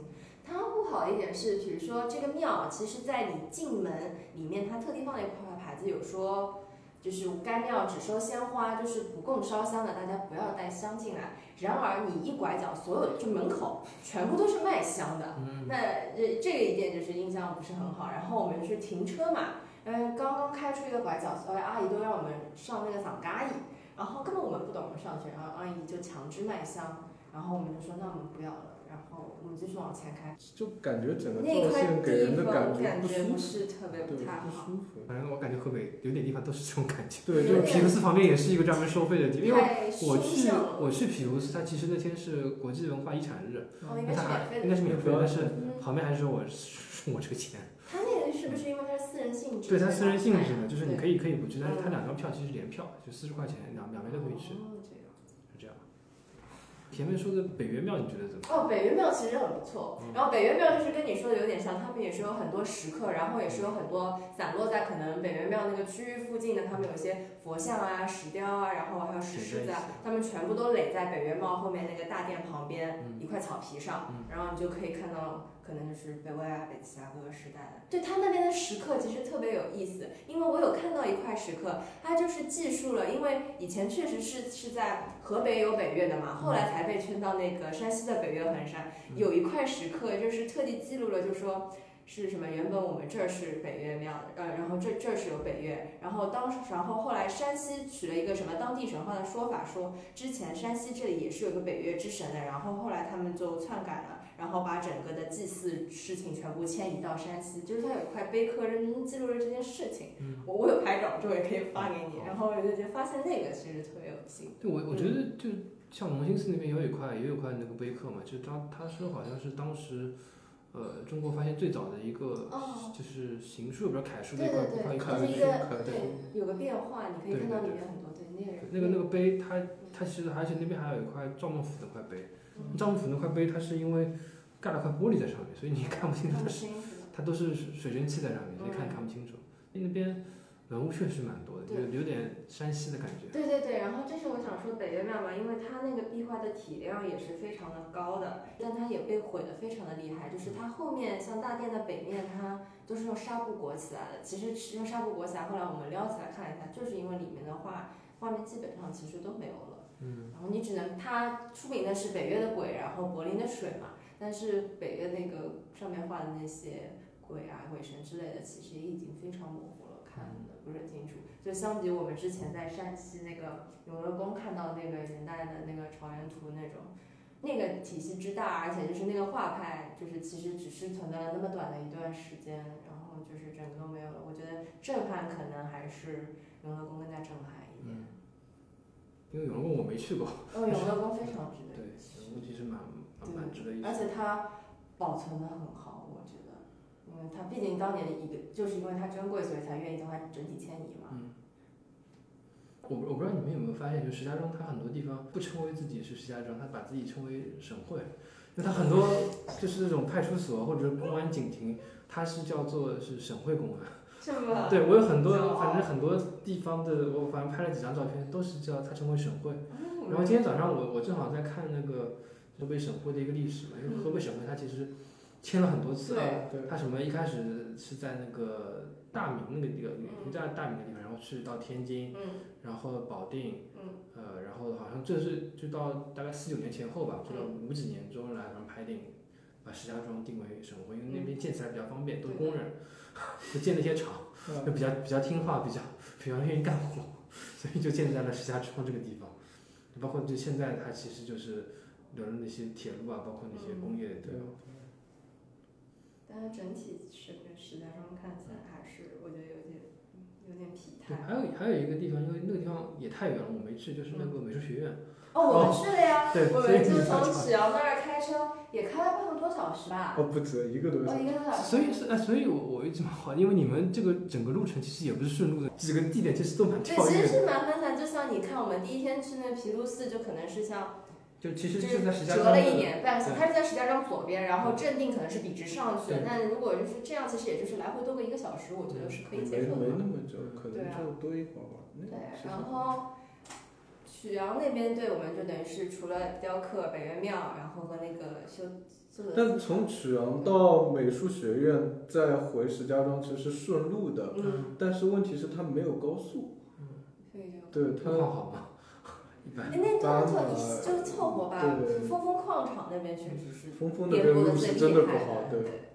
[SPEAKER 4] 它不好的一点是，比如说这个庙，其实在你进门里面，它特地放了一块牌子，有说就是干庙只收鲜花，就是不供烧香的，大家不要带香进来。然而你一拐角，所有就门口全部都是卖香的，
[SPEAKER 3] 嗯，
[SPEAKER 4] 那这这一点就是印象不是很好。然后我们是停车嘛，嗯，刚刚开出一个拐角，所有阿姨都让我们上那个嗓嘎椅，然后根本我们不懂我们上去，然后阿姨就强制卖香，然后我们就说那我们不要了，然后我们继续往前开。
[SPEAKER 5] 就感觉整个
[SPEAKER 4] 那一
[SPEAKER 5] 赵
[SPEAKER 4] 块
[SPEAKER 5] 县给
[SPEAKER 4] 地
[SPEAKER 5] 人的
[SPEAKER 4] 方
[SPEAKER 5] 感
[SPEAKER 4] 感
[SPEAKER 5] 不
[SPEAKER 4] 觉
[SPEAKER 5] 舒
[SPEAKER 4] 不
[SPEAKER 5] 服，
[SPEAKER 4] 是特别
[SPEAKER 5] 对，不
[SPEAKER 4] 不太好，
[SPEAKER 5] 舒服。
[SPEAKER 3] 反正我感觉河北有点地方都是这种感觉。
[SPEAKER 4] 有
[SPEAKER 5] 对，就
[SPEAKER 3] 就是
[SPEAKER 4] 点
[SPEAKER 3] 匹夫寺旁边也是一个专门收费的地方，因为
[SPEAKER 4] 太
[SPEAKER 3] 我
[SPEAKER 4] 凶
[SPEAKER 3] 去
[SPEAKER 4] 相了。
[SPEAKER 3] 我去匹夫寺，它其实那天是国际文化遗产日，
[SPEAKER 4] 哦，应
[SPEAKER 3] 那
[SPEAKER 4] 该
[SPEAKER 3] 它还
[SPEAKER 4] 是免费
[SPEAKER 3] 应
[SPEAKER 4] 的。
[SPEAKER 3] 该是免费的，但是
[SPEAKER 4] 嗯
[SPEAKER 3] 旁边还是我是我这个 钱，
[SPEAKER 4] 他那个是不是因为它是私人性质？
[SPEAKER 3] 对它私人性质的，就是你可
[SPEAKER 4] 以
[SPEAKER 3] 以可以不去，但是它两张票其实联票，就四十块钱，两两边都可以去，
[SPEAKER 4] 嗯哦，这样。
[SPEAKER 3] 是这样。前面说的北岳庙，你觉得怎么样？
[SPEAKER 4] 哦，北岳庙其实很不错
[SPEAKER 3] 嗯。
[SPEAKER 4] 然后北岳庙就是跟你说的有点像，他们也是有很多石刻，然后也是有很多散落在可能北岳庙那个区域附近的，他们有一些佛像啊、石雕啊，然后还有石狮子啊，他们全部都垒在北岳庙后面那个大殿旁边
[SPEAKER 3] 嗯
[SPEAKER 4] 一块草皮上，
[SPEAKER 3] 嗯
[SPEAKER 4] 然后你就可以看到，可能就是北魏啊、北齐啊各个时代的。对他那边的石刻其实特别有意思，因为我有看到一块石刻，它就是记述了，因为以前确实是是在河北有北岳的嘛，后来才被圈到那个山西的北岳衡山，
[SPEAKER 3] 嗯
[SPEAKER 4] 有一块石刻就是特地记录了，就说。是什么？原本我们这儿是北岳庙的，呃，然后这这儿是有北岳，然后当时，然后后来山西取了一个什么当地神话的说法，说之前山西这里也是有个北岳之神的，然后后来他们就篡改了，然后把整个的祭祀事情全部迁移到山西，就是它有一块碑刻认记录了这件事情。
[SPEAKER 3] 嗯
[SPEAKER 4] 我我有拍照，这我也可以发给你。
[SPEAKER 3] 好
[SPEAKER 4] 然后我就觉得发现那个其实特别有劲。
[SPEAKER 3] 对，我我觉得
[SPEAKER 4] 嗯
[SPEAKER 3] 就像龙兴寺那边也有一块也有一块那个碑刻嘛，就他他说好像是当时，呃，中国发现最早的一个
[SPEAKER 4] 哦
[SPEAKER 3] 就是行书，比如楷书的一
[SPEAKER 4] 对
[SPEAKER 3] 块一
[SPEAKER 4] 对
[SPEAKER 3] 块一
[SPEAKER 4] 对，
[SPEAKER 3] 块
[SPEAKER 4] 就是一
[SPEAKER 5] 看
[SPEAKER 4] 个
[SPEAKER 5] 看
[SPEAKER 4] 对有个变化，你可以
[SPEAKER 3] 对
[SPEAKER 4] 看到
[SPEAKER 3] 对
[SPEAKER 4] 里面很多对那个人
[SPEAKER 3] 那个那个碑，它它其实而且那边还有一块赵孟俯那块碑，
[SPEAKER 4] 嗯
[SPEAKER 3] 赵孟俯那块碑它是因为盖了块玻璃在上面，所以你 看不清
[SPEAKER 4] 看
[SPEAKER 3] 它
[SPEAKER 4] 不
[SPEAKER 3] 是
[SPEAKER 4] 清楚。
[SPEAKER 3] 它都是水水蒸气在上面，你看也看不清楚。那那边文物确实蛮多的，
[SPEAKER 4] 对
[SPEAKER 3] 有有点山西的感觉。
[SPEAKER 4] 对对对，然后这是我想说北岳庙嘛，因为它那个壁画的体量也是非常的高的，但它也被毁得非常的厉害。就是它后面像大殿的北面，它都是用纱布裹起来的。其实是用纱布裹起来，后来我们撩起来看了一下，就是因为里面的画画面基本上其实都没有了。
[SPEAKER 3] 嗯，
[SPEAKER 4] 然后你只能它出名的是北岳的鬼，然后柏林的水嘛，但是北岳那个上面画的那些鬼啊、鬼神之类的，其实已经非常模糊了，看
[SPEAKER 3] 嗯
[SPEAKER 4] 的不是很清楚。就相比我们之前在山西那个永乐宫看到那个元代的那个朝元图那种，那个体系之大，而且就是那个画派，就是其实只是存在了那么短的一段时间，然后就是整个都没有了。我觉得震撼可能还是永乐宫更加震撼一点。
[SPEAKER 3] 嗯因为永乐宫我没去过，
[SPEAKER 4] 哦，永乐宫非常值
[SPEAKER 3] 对，
[SPEAKER 4] 得
[SPEAKER 3] 永乐宫其实蛮蛮蛮值得一
[SPEAKER 4] 对，
[SPEAKER 3] 去
[SPEAKER 4] 而。且它保存的很好，我觉得，因为它毕竟当年一个就是因为它珍贵，所以才愿意将它整体迁移嘛。
[SPEAKER 3] 嗯，我我不知道你们有没有发现，就石家庄，它很多地方不称为自己是石家庄，它把自己称为省会，因为它很多就是那种派出所或者公安警亭，它是叫做是省会公安。
[SPEAKER 4] 是吧？
[SPEAKER 3] 嗯对我有很
[SPEAKER 4] 呃骄
[SPEAKER 3] 多，
[SPEAKER 4] 傲
[SPEAKER 3] 反正很多地方的，我反正拍了几张照片，都是叫它称为省会。
[SPEAKER 4] 嗯
[SPEAKER 3] 然后今天早上我我正好在看那个河北省会的一个历史嘛，因为河北省会它其实迁了很多次，
[SPEAKER 4] 对
[SPEAKER 5] 对
[SPEAKER 3] 它什么一开始是在那个大明那个地方，不在大明那个地方，然后去到天津，
[SPEAKER 4] 嗯
[SPEAKER 3] 然后保定，
[SPEAKER 4] 嗯
[SPEAKER 3] 呃，然后好像这是就到大概四九年前后吧，就到五几年周恩来然后拍定，把石家庄定为省会，因为那边建起来比较方便，都是工人， 就建了一些厂，就
[SPEAKER 5] 嗯
[SPEAKER 3] 比较比较听话，比较比较愿意干活， 所以就建在了石家庄这个地方。包括就现在，它其实就是留了那些铁路啊，包括那些工业对吧？
[SPEAKER 4] 但是整体是跟石家庄看起来还是我觉得有点嗯有点疲
[SPEAKER 3] 对，
[SPEAKER 4] 态。
[SPEAKER 3] 还有还有一个地方，因为那个地方也太远了，我没去，就是那个美术学院。
[SPEAKER 4] 哦，我们去了呀，
[SPEAKER 3] 对，
[SPEAKER 4] 嗯我
[SPEAKER 3] 所以
[SPEAKER 4] 们
[SPEAKER 3] 你
[SPEAKER 4] 就
[SPEAKER 3] 知道
[SPEAKER 4] 从芷阳那儿开车，也开了半个多小时吧，
[SPEAKER 5] 哦，不止一个多小
[SPEAKER 4] 哦，
[SPEAKER 5] 时，
[SPEAKER 4] 一个多小时。
[SPEAKER 3] 所以是啊，所以我我一直蛮好，因为你们这个整个路程其实也不是顺路的，几个地点其实都蛮
[SPEAKER 4] 对，
[SPEAKER 3] 跳
[SPEAKER 4] 其实
[SPEAKER 3] 跃的，
[SPEAKER 4] 是蛮分散，就像你看，我们第一天去那皮卢寺，就可能是像
[SPEAKER 3] 就其
[SPEAKER 4] 就
[SPEAKER 3] 实
[SPEAKER 4] 是
[SPEAKER 3] 就在石家
[SPEAKER 4] 折
[SPEAKER 3] 庄
[SPEAKER 4] 了一
[SPEAKER 3] 的。
[SPEAKER 4] 点半个小时，
[SPEAKER 3] 对
[SPEAKER 4] 它是在石家庄左边，然后正定可能是笔直上去的
[SPEAKER 3] 对。
[SPEAKER 4] 但如果就是这样，其实也就是来回多个一个小时，我觉得是可
[SPEAKER 5] 没
[SPEAKER 4] 以接受
[SPEAKER 5] 没
[SPEAKER 4] 的
[SPEAKER 5] 那。么久，可
[SPEAKER 4] 对啊
[SPEAKER 5] 能就多一会儿吧。那
[SPEAKER 4] 对
[SPEAKER 5] 其，实
[SPEAKER 4] 然后曲阳那边对我们就等于是除了雕刻北岳庙，然后和那个修做的，
[SPEAKER 5] 但从曲阳到美术学院，再回石家庄，其实是顺路的。
[SPEAKER 4] 嗯，
[SPEAKER 5] 但是问题是，它没有高速，
[SPEAKER 4] 所以就
[SPEAKER 5] 对
[SPEAKER 3] 路况
[SPEAKER 5] 它，
[SPEAKER 3] 好吗？一般。
[SPEAKER 4] 哎那那段
[SPEAKER 5] 当
[SPEAKER 4] 特
[SPEAKER 5] 然
[SPEAKER 4] 一就是凑合吧，
[SPEAKER 5] 对
[SPEAKER 4] 峰峰矿场那边确实是
[SPEAKER 5] 峰峰那
[SPEAKER 4] 颠
[SPEAKER 5] 边
[SPEAKER 4] 簸
[SPEAKER 5] 路
[SPEAKER 4] 最
[SPEAKER 5] 是真的
[SPEAKER 4] 厉
[SPEAKER 5] 不
[SPEAKER 4] 害
[SPEAKER 5] 好，
[SPEAKER 4] 对
[SPEAKER 5] 对，。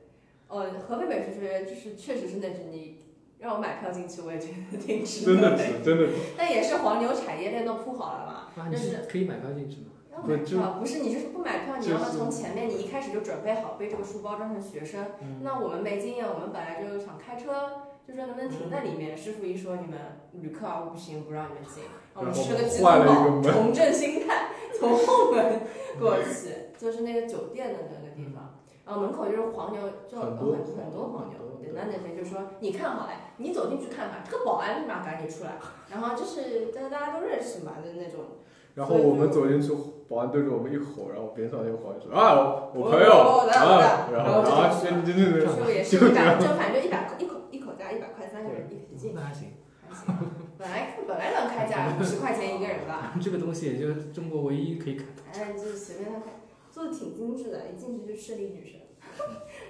[SPEAKER 4] 呃，河北美术学院就是确实是那是你让我买票进去，我也觉得挺 值
[SPEAKER 5] 真的
[SPEAKER 4] 的
[SPEAKER 5] 值，真的值。
[SPEAKER 4] 但也是黄牛产业链都铺好了嘛，
[SPEAKER 3] 啊，你是可以买票进去吗？
[SPEAKER 4] 要
[SPEAKER 5] 对
[SPEAKER 4] 买
[SPEAKER 5] 就
[SPEAKER 4] 票不是你就是不买票，你
[SPEAKER 5] 就
[SPEAKER 4] 要么
[SPEAKER 5] 是
[SPEAKER 4] 从前面你一开始就准备好背这个书包装成学生。
[SPEAKER 5] 嗯
[SPEAKER 4] 那我们没经验，我们本来就想开车，就说能不能停在里
[SPEAKER 5] 嗯
[SPEAKER 4] 面。师傅一说你们旅客啊不行，不让你们进，我们吃了个鸡公
[SPEAKER 5] 换了一个
[SPEAKER 4] 煲，
[SPEAKER 5] 门嗯
[SPEAKER 4] 重振心态，从后门过去，就是那个酒店的那个地方。然后门口就是黄牛，就
[SPEAKER 5] 很
[SPEAKER 4] 很
[SPEAKER 5] 多
[SPEAKER 4] 很多黄牛，
[SPEAKER 5] 对
[SPEAKER 4] 对，那那边就说你看好了，你走进去看看，这个保安立马赶紧出来，然后就是大家大家都认识嘛，就那种
[SPEAKER 5] 然后我们走进去，保安对着我们一吼，然后边上那个保安说：“啊，我朋友
[SPEAKER 4] 哦我我的我的
[SPEAKER 5] 啊！”然后
[SPEAKER 4] 然后就
[SPEAKER 5] 啊，行行行行，
[SPEAKER 4] 就也是一百，就反正一百一口一口价一百块三个人一起进，
[SPEAKER 3] 那还行，
[SPEAKER 4] 还行啊。本来本来乱开价五十块钱一个人吧，
[SPEAKER 3] 这个东西也就是中国唯一可以看到。
[SPEAKER 4] 哎，就随便他开，做的挺精致的，一进去就势力女神，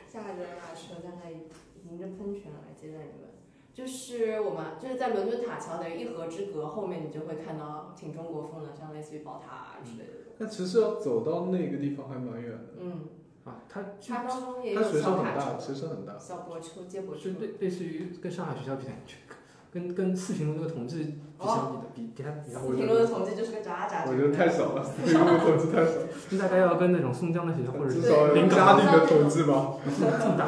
[SPEAKER 4] 下来就让他车在那里迎着喷泉来接待你们。就是我们就是在伦敦塔桥的一河之隔后面，你就会看到挺中国风的，像类似于宝塔啊之类的。
[SPEAKER 5] 但其实要走到那个地方还蛮远的，
[SPEAKER 4] 嗯，
[SPEAKER 3] 啊，它就
[SPEAKER 4] 它当中也
[SPEAKER 5] 嗯它
[SPEAKER 4] 有
[SPEAKER 5] 水手
[SPEAKER 4] 小
[SPEAKER 5] 很
[SPEAKER 4] 卡
[SPEAKER 5] 大，
[SPEAKER 4] 车、
[SPEAKER 5] 水手很大。
[SPEAKER 4] 小泊车、接驳车
[SPEAKER 3] 就。类类似于跟上海学校比，跟跟四平路那个同志比相比的，比比它比它
[SPEAKER 4] 四
[SPEAKER 3] 会
[SPEAKER 4] 哦平路的统计就是个渣渣，
[SPEAKER 5] 我觉得太少 了，这个投资太少了，
[SPEAKER 3] 就大概要跟那种松江的学校或者
[SPEAKER 5] 至
[SPEAKER 3] 是
[SPEAKER 5] 少
[SPEAKER 3] 临
[SPEAKER 5] 林
[SPEAKER 3] 港
[SPEAKER 5] 家里的投资吧。
[SPEAKER 3] 更大，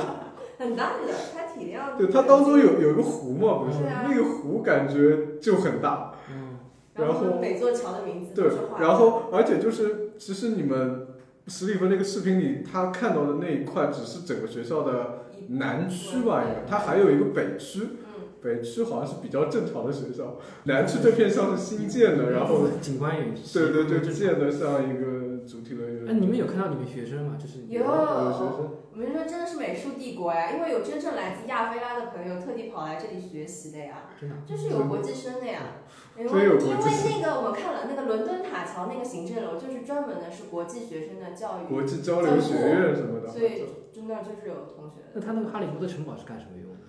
[SPEAKER 4] 很大的，它体量。
[SPEAKER 5] 对，它当中。有有一个湖嘛，不是
[SPEAKER 4] 对啊
[SPEAKER 5] 那个湖感觉就很大，
[SPEAKER 3] 嗯，
[SPEAKER 4] 然
[SPEAKER 5] 然后
[SPEAKER 4] 每座桥的名字
[SPEAKER 5] 对
[SPEAKER 4] 都是画。，
[SPEAKER 5] 然后而且就是其实你们史蒂芬那个视频里他看到的那一块只是整个学校的
[SPEAKER 4] 一
[SPEAKER 5] 南区吧，应该它还有一个北区，
[SPEAKER 4] 嗯，
[SPEAKER 5] 北区好像是比较正常的学校，南区这片像是新建的，然后
[SPEAKER 3] 景观也
[SPEAKER 5] 对对对，
[SPEAKER 3] 是
[SPEAKER 5] 建的像一个主题乐园。
[SPEAKER 3] 哎，你们有看到你们学生吗？就是
[SPEAKER 4] 有
[SPEAKER 5] 有学生
[SPEAKER 4] 我们说真的是美术帝国呀，因为有真正来自亚非拉的朋友特地跑来这里学习的呀。
[SPEAKER 3] 真的啊，
[SPEAKER 4] 就是有国际生的呀，因
[SPEAKER 5] 真
[SPEAKER 4] 为因
[SPEAKER 5] 有
[SPEAKER 4] 为
[SPEAKER 5] 国际生
[SPEAKER 4] 那个我看了那个伦敦塔桥那个行政楼，就是专门的是国际学生的教育，
[SPEAKER 5] 国际交流学院什么的，
[SPEAKER 4] 所以就那儿就是有同学
[SPEAKER 3] 那
[SPEAKER 4] 的，
[SPEAKER 3] 他那个哈利波特城堡是干什么用的？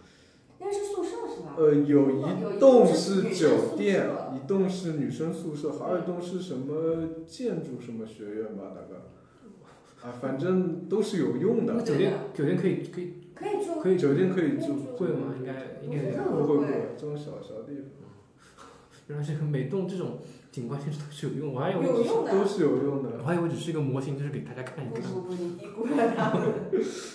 [SPEAKER 4] 那个是宿舍是吧？
[SPEAKER 5] 呃，有一栋是酒店，一栋是女生宿舍，还有一栋是什么建筑什么学院吧，大概，啊，反正都是有用
[SPEAKER 3] 那
[SPEAKER 5] 的。
[SPEAKER 3] 酒
[SPEAKER 4] 啊
[SPEAKER 3] 店酒店可以可以
[SPEAKER 4] 可以住，
[SPEAKER 3] 可以
[SPEAKER 5] 酒店可以住，
[SPEAKER 3] 贵吗？应该应该
[SPEAKER 5] 不会不会，这种小小地
[SPEAKER 3] 原来是个每栋这种景观建筑都是有用，我还以为
[SPEAKER 4] 有用
[SPEAKER 5] 方都
[SPEAKER 4] 的。
[SPEAKER 5] 是有用的。
[SPEAKER 3] 我还以为只是一个模型，就是给大家看一
[SPEAKER 4] 不
[SPEAKER 3] 看。
[SPEAKER 4] 不不，你低估了他们。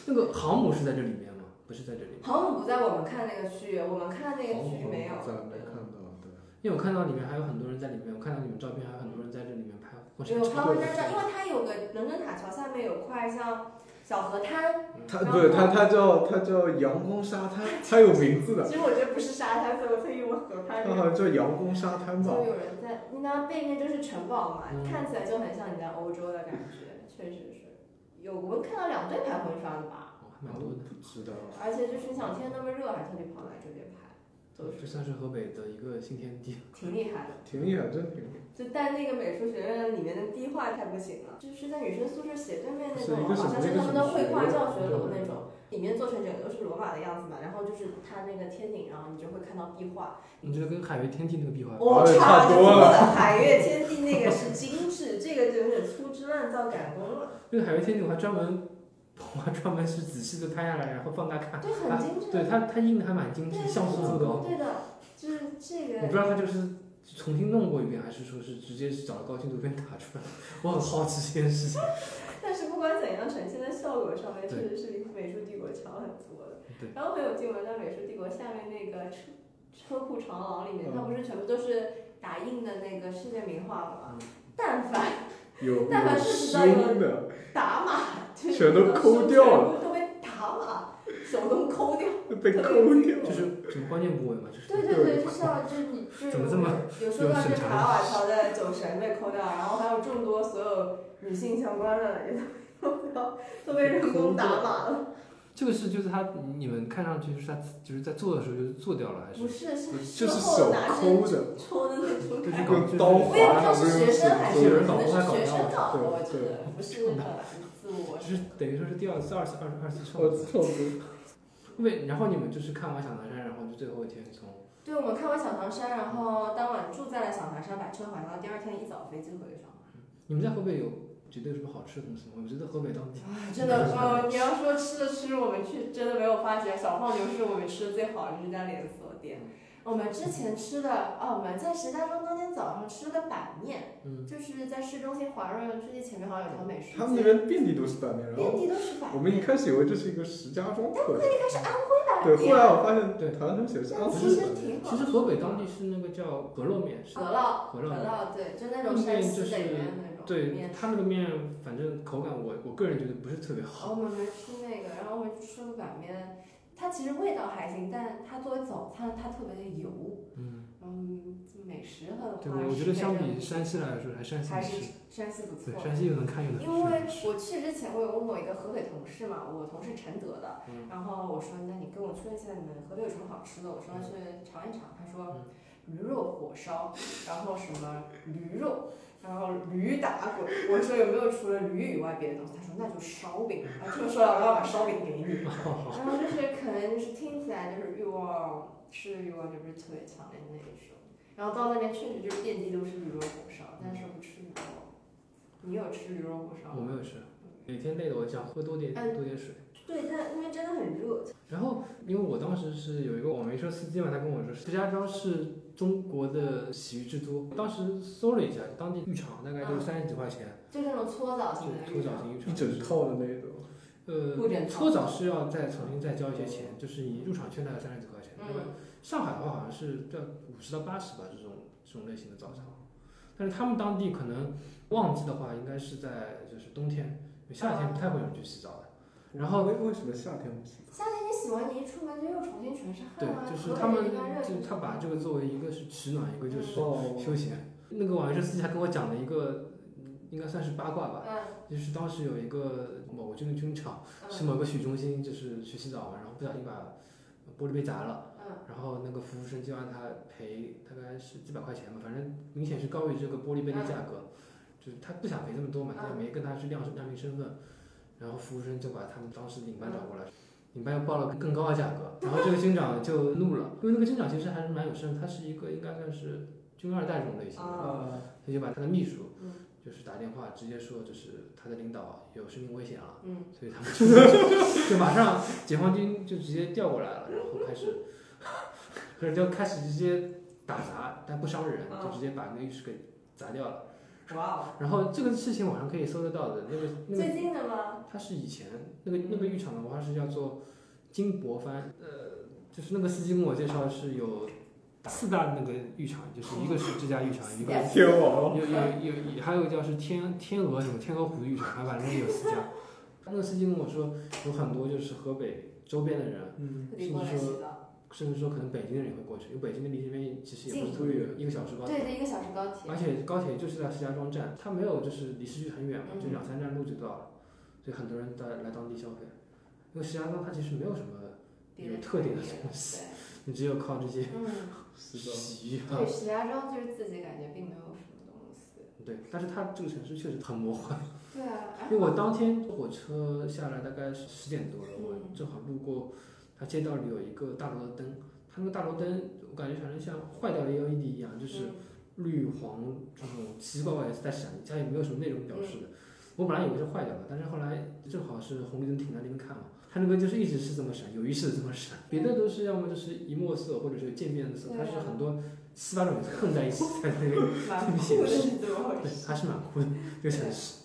[SPEAKER 3] 那个航母是在这里面吗？不是在这里，
[SPEAKER 4] 航母不在我们看那个区域，我们看那个
[SPEAKER 5] 哦
[SPEAKER 4] 区域没有。
[SPEAKER 5] 在没看到，对。
[SPEAKER 3] 因为我看到里面还有很多人在里面，我看到你们照片还有很多人在这里面拍过山
[SPEAKER 4] 有
[SPEAKER 3] 车。
[SPEAKER 4] 他们在这，因为它有个伦敦塔桥下面有块像小河滩，
[SPEAKER 5] 它对它它叫它叫阳光沙滩，它有名字的，
[SPEAKER 4] 其实我觉得不是沙滩，所以我特意用河
[SPEAKER 5] 它
[SPEAKER 4] 滩。
[SPEAKER 5] 好像叫阳光沙滩吧
[SPEAKER 4] 就。有人在，那背面就是城堡嘛，
[SPEAKER 3] 嗯
[SPEAKER 4] 看起来就很像你在欧洲的感觉，确实是。有我们看到两队拍婚纱的吧，
[SPEAKER 3] 哦还蛮多的，
[SPEAKER 5] 不知道，
[SPEAKER 4] 而且就是想天那么热，还特地跑来这边拍，都
[SPEAKER 3] 这
[SPEAKER 4] 是
[SPEAKER 3] 算是河北的一个新天地。
[SPEAKER 4] 挺厉害的。
[SPEAKER 5] 挺厉害，真挺厉害。
[SPEAKER 4] 就但那个美术学院里面的壁画太不行了，就是在女生宿舍斜对面那
[SPEAKER 5] 是
[SPEAKER 4] 种，
[SPEAKER 5] 一个什么
[SPEAKER 4] 好像是他们的绘画教学楼
[SPEAKER 5] 一个什么学院啊
[SPEAKER 4] 那种，里面做成整个都是罗马的样子嘛，然后就是它那个天顶上，你就会看到壁画。
[SPEAKER 3] 你这个跟海月天地那个壁画，
[SPEAKER 4] 我、
[SPEAKER 5] 哎
[SPEAKER 4] 差
[SPEAKER 5] 啊差
[SPEAKER 4] 得
[SPEAKER 5] 多
[SPEAKER 4] 多
[SPEAKER 5] 了
[SPEAKER 4] 了，海月天地那个是精致，这个就有点粗制滥造赶工了。
[SPEAKER 3] 那个海月天地我还专门， 我还专门是仔细的拍下来，然后放大看。
[SPEAKER 4] 就很精致，
[SPEAKER 3] 啊对它它印的还蛮精致，像素做的哦。
[SPEAKER 4] 对的，就是这
[SPEAKER 3] 我不知
[SPEAKER 4] 个。
[SPEAKER 3] 道他就是重新弄过一遍，还是说是直接是找了高清图片打出来。我很好奇这件事情。
[SPEAKER 4] 但是不管怎样，呈现在效果上面
[SPEAKER 3] 对
[SPEAKER 4] 确实是比美术帝国强很多的。
[SPEAKER 3] 对
[SPEAKER 4] 然后很有劲，我在美术帝国下面那个车车库长廊里面，
[SPEAKER 5] 嗯
[SPEAKER 4] 它不是全部都是打印的那个世界名画吗？但凡
[SPEAKER 5] 有
[SPEAKER 4] 但凡
[SPEAKER 5] 有
[SPEAKER 4] 是知
[SPEAKER 5] 施
[SPEAKER 4] 道有
[SPEAKER 5] 工的，
[SPEAKER 4] 打码，就是
[SPEAKER 5] 全都抠掉了，
[SPEAKER 4] 都被打码，手动抠掉。
[SPEAKER 5] 被抠掉。
[SPEAKER 3] 就是什么关键部位嘛，就是
[SPEAKER 4] 对对对，就是要就是你就是
[SPEAKER 3] 怎么这么
[SPEAKER 4] 有说到这卡瓦乔的酒神被抠掉，然后还有众多所有女性相关的也都被抠掉，都被人工打码了。
[SPEAKER 3] 这个是就是他你们看上去就是他就是在做的时候就是做掉了，还
[SPEAKER 4] 不
[SPEAKER 3] 是
[SPEAKER 4] 是，是事
[SPEAKER 5] 就是
[SPEAKER 4] 后
[SPEAKER 5] 手
[SPEAKER 4] 拿
[SPEAKER 5] 抠
[SPEAKER 4] 针
[SPEAKER 5] 的，
[SPEAKER 4] 戳的那种
[SPEAKER 3] 就是
[SPEAKER 4] 感觉。
[SPEAKER 3] 搞
[SPEAKER 5] 跟刀
[SPEAKER 4] 我
[SPEAKER 5] 划
[SPEAKER 4] 也不知
[SPEAKER 5] 呀，
[SPEAKER 4] 道
[SPEAKER 5] 不
[SPEAKER 4] 是
[SPEAKER 5] 是
[SPEAKER 4] 学生还是
[SPEAKER 3] 有
[SPEAKER 4] 可
[SPEAKER 3] 人搞
[SPEAKER 4] 能是学生搞的，
[SPEAKER 5] 对
[SPEAKER 4] 我觉得不是那个自我
[SPEAKER 3] 就是等于说是第二次二次二次二次创
[SPEAKER 5] 我
[SPEAKER 4] 呃
[SPEAKER 3] 作。
[SPEAKER 5] 操！我
[SPEAKER 3] 对，然后你们就是看完小南山，然后就最后一天从
[SPEAKER 4] 对，我们看完小唐山，然后当晚住在了小唐山，把车还到第二天一早飞机回上 海。
[SPEAKER 3] 你们在河北有觉得有什么好吃的东西吗？我觉得河北当地
[SPEAKER 4] 啊，真的，呃，你要说吃的吃，我们去真的没有发觉，小胖牛是我们吃的最好的一家连锁店。我们之前吃的，啊，我们在石家庄当天早上吃了个板面，
[SPEAKER 3] 嗯
[SPEAKER 4] 就是在市中心华润置地前面好像有条 美食街，
[SPEAKER 5] 他们那边遍地都是拌面，然
[SPEAKER 4] 遍
[SPEAKER 5] 后
[SPEAKER 4] 地都是板面。
[SPEAKER 5] 我们一开始以为这是一个石家庄特产，
[SPEAKER 4] 开始安徽
[SPEAKER 5] 对，
[SPEAKER 4] 板
[SPEAKER 5] 后来
[SPEAKER 4] 面，
[SPEAKER 5] 我发现，
[SPEAKER 3] 对
[SPEAKER 5] 台湾写的是安
[SPEAKER 4] 但
[SPEAKER 5] 徽
[SPEAKER 4] 其实
[SPEAKER 5] 的。
[SPEAKER 4] 挺好
[SPEAKER 3] 其
[SPEAKER 4] 的。
[SPEAKER 3] 实河北当地是那个叫饸饹面，是
[SPEAKER 4] 饸烙，
[SPEAKER 3] 饸饹
[SPEAKER 4] 饸
[SPEAKER 3] 面。
[SPEAKER 4] 烙，对，就那种山西北面那种
[SPEAKER 3] 对
[SPEAKER 4] 面。
[SPEAKER 3] 它那个面，反正口感我我个人觉得不是特别好。
[SPEAKER 4] 我们没吃那个，然后我们吃了板面，它其实味道还行，但它作为早餐，它特别的油。
[SPEAKER 3] 嗯，
[SPEAKER 4] 嗯，美食很好
[SPEAKER 3] 对，我我觉得相比山西来说，还山西
[SPEAKER 4] 还
[SPEAKER 3] 好
[SPEAKER 4] 是
[SPEAKER 3] 吃。
[SPEAKER 4] 山西不
[SPEAKER 3] 对，
[SPEAKER 4] 错。
[SPEAKER 3] 山西又能看又能吃。
[SPEAKER 4] 因为我去之前，我有问我一个河北同事嘛，我同事承德的，
[SPEAKER 3] 嗯
[SPEAKER 4] 然后我说，那你跟我说一下你们河北有什么好吃的？我说去尝一尝。他说
[SPEAKER 3] 嗯，
[SPEAKER 4] 驴肉火烧，然后什么驴肉，然后驴打滚，我说有没有除了驴以外别的东西？他说那就烧饼，啊，这么说来我要把烧饼给你。 然后就是可能就是听起来就是欲望，吃的欲望就不是特别强烈的那一种。然后到那边确实就是遍地都是驴肉火烧，但是不吃驴肉。你有吃驴肉火烧
[SPEAKER 3] 我
[SPEAKER 4] 吗？
[SPEAKER 3] 没有吃，每天累的我想喝多点
[SPEAKER 4] 哎
[SPEAKER 3] 多点水。
[SPEAKER 4] 对，但因为真的很热，
[SPEAKER 3] 然后，因为我当时是有一个网媒车司机嘛，他跟我说，石家庄是中国的洗浴之都。当时搜了一下，当地浴场大概就
[SPEAKER 4] 嗯哦
[SPEAKER 3] 三十几块钱，
[SPEAKER 4] 就那种搓澡型的
[SPEAKER 3] 就搓
[SPEAKER 4] 浴
[SPEAKER 3] 澡
[SPEAKER 4] 场。
[SPEAKER 3] 型浴场，
[SPEAKER 5] 一整套的那种。
[SPEAKER 3] 呃
[SPEAKER 4] 不整，套
[SPEAKER 3] 搓澡是要再重新再交一些钱，就是你入场券大概三十几块钱。那么
[SPEAKER 4] 嗯，
[SPEAKER 3] 上海的话好像是在五十到八十吧，这种这种类型的澡堂。但是他们当地可能旺季的话，应该是在就是冬天，因为夏天不太会有人去洗澡
[SPEAKER 4] 哦
[SPEAKER 3] 的。然后
[SPEAKER 5] 为为什么夏天不行？
[SPEAKER 4] 夏天你洗完你一出门就又重新全是
[SPEAKER 3] 对
[SPEAKER 4] 汗啊，，
[SPEAKER 3] 就是
[SPEAKER 4] 河北
[SPEAKER 3] 他们
[SPEAKER 4] 一般热
[SPEAKER 3] 就
[SPEAKER 4] 一
[SPEAKER 3] 他把
[SPEAKER 4] 点
[SPEAKER 3] 这个作为一个是取暖，一个就是
[SPEAKER 5] 哦，
[SPEAKER 3] 休闲。那个网约车司机还跟我讲了一个，嗯应该算是八卦吧，
[SPEAKER 4] 嗯
[SPEAKER 3] 就是当时有一个某军的军场是
[SPEAKER 4] 嗯
[SPEAKER 3] 某个洗浴中心，就是去洗澡嘛，然后不小心把玻璃杯砸了，
[SPEAKER 4] 嗯
[SPEAKER 3] 然后那个服务生就让他赔大概是几百块钱吧，反正明显是高于这个玻璃杯的价
[SPEAKER 4] 嗯
[SPEAKER 3] 格，就是他不想赔这么多嘛，他也没跟他去亮亮明身份，然后服务生就把他们当时的领班
[SPEAKER 4] 嗯
[SPEAKER 3] 找过来。领班又报了更高的价格，然后这个军长就怒了，因为那个军长其实还是蛮有身份，他是一个应该算是军二代这种类型的，
[SPEAKER 4] 啊
[SPEAKER 5] 啊，
[SPEAKER 3] 他就把他的秘书
[SPEAKER 4] 嗯，
[SPEAKER 3] 就是打电话直接说，就是他的领导有生命危险了，
[SPEAKER 4] 嗯，
[SPEAKER 3] 所以他们就 就马上解放军就直接调过来了，然后开始，可是就开始直接打砸，但不伤人，
[SPEAKER 4] 啊
[SPEAKER 3] 就直接把那个浴室给砸掉了。
[SPEAKER 4] 哇
[SPEAKER 3] 然后这个事情网上可以搜得到的，那个
[SPEAKER 4] 哦，
[SPEAKER 3] 那个
[SPEAKER 4] 最近的吗？
[SPEAKER 3] 他是以前那个那个浴场的话是叫做金箔帆，呃，就是那个司机跟我介绍是有四大那个浴场，就是一个是这家浴场，一个
[SPEAKER 5] 天王，
[SPEAKER 3] 有有有有，还有一个叫是天天鹅什么天鹅湖浴场，还反正有四家。那个司机跟我说，有很多就是河北周边的人，
[SPEAKER 5] 嗯，
[SPEAKER 4] 特地过来洗澡，
[SPEAKER 3] 甚至说可能北京人也会过去，因为北京的离这边其实也不是特别远，一个小时高
[SPEAKER 4] 对
[SPEAKER 3] 铁。
[SPEAKER 4] 对，一个小时高铁
[SPEAKER 3] 而。且高铁就是在石家庄站，它没有就是离市区很远嘛，就
[SPEAKER 4] 嗯
[SPEAKER 3] 两三站路就到了，所以很多人在来当地消费。因为石家庄它其实没有什么
[SPEAKER 4] 别的
[SPEAKER 3] 有特点的
[SPEAKER 4] 地方
[SPEAKER 3] 东西，你只有靠这些
[SPEAKER 4] 嗯，
[SPEAKER 5] 是的。
[SPEAKER 3] 洗浴啊
[SPEAKER 4] 对，，石家庄就是自己感觉并没有什么东西。
[SPEAKER 3] 对，但是它这个城市确实很魔幻。
[SPEAKER 4] 对啊，哎
[SPEAKER 3] 因为我当天火车下来大概是十点多了，我
[SPEAKER 4] 嗯
[SPEAKER 3] 正好路过，它街道里有一个大楼的灯，它那个大楼灯我感觉反正像坏掉的 LED 一样， 就是
[SPEAKER 4] 嗯
[SPEAKER 3] 绿黄这种奇奇怪怪的在闪，它也没有什么内容表示的。
[SPEAKER 4] 嗯
[SPEAKER 3] 我本来以为是坏掉了，但是后来正好是红绿灯停在那边看嘛，它那个就是一直是这么闪，有意识的这么闪，别的都是要么就是一墨色或者是渐变的色，它是
[SPEAKER 4] 对啊
[SPEAKER 3] 很多七八种颜色混在一起在那个
[SPEAKER 4] 嗯蛮
[SPEAKER 3] 这么
[SPEAKER 4] 酷
[SPEAKER 3] 显
[SPEAKER 4] 的
[SPEAKER 3] 示
[SPEAKER 4] 是怎么回
[SPEAKER 3] 对，
[SPEAKER 4] 事？
[SPEAKER 3] 还是蛮酷的，这个城市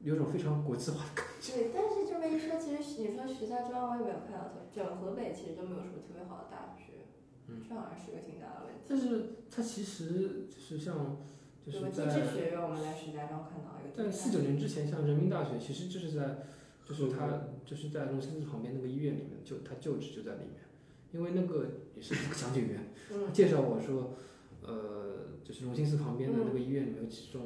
[SPEAKER 3] 有种非常国际化的感觉。
[SPEAKER 4] 对，但是这么一说，其实你说石家庄，我也没有看到特，整河北其实都没有什么特别好的大学，
[SPEAKER 3] 嗯
[SPEAKER 4] 这好像是个挺大的问题。
[SPEAKER 3] 但是它其实就是像，就是
[SPEAKER 4] 对吧？
[SPEAKER 3] 在
[SPEAKER 4] 地质学院我们在石家庄看到一个挺大
[SPEAKER 3] 在
[SPEAKER 4] 的，
[SPEAKER 3] 四九年之前，像人民大学其实就是在，就是它就是在龙兴寺旁边那个医院里面，就它就职就在里面。因为那个也是一个讲解员
[SPEAKER 4] 嗯
[SPEAKER 3] 介绍我说，呃，就是龙兴寺旁边的那个医院里面有几栋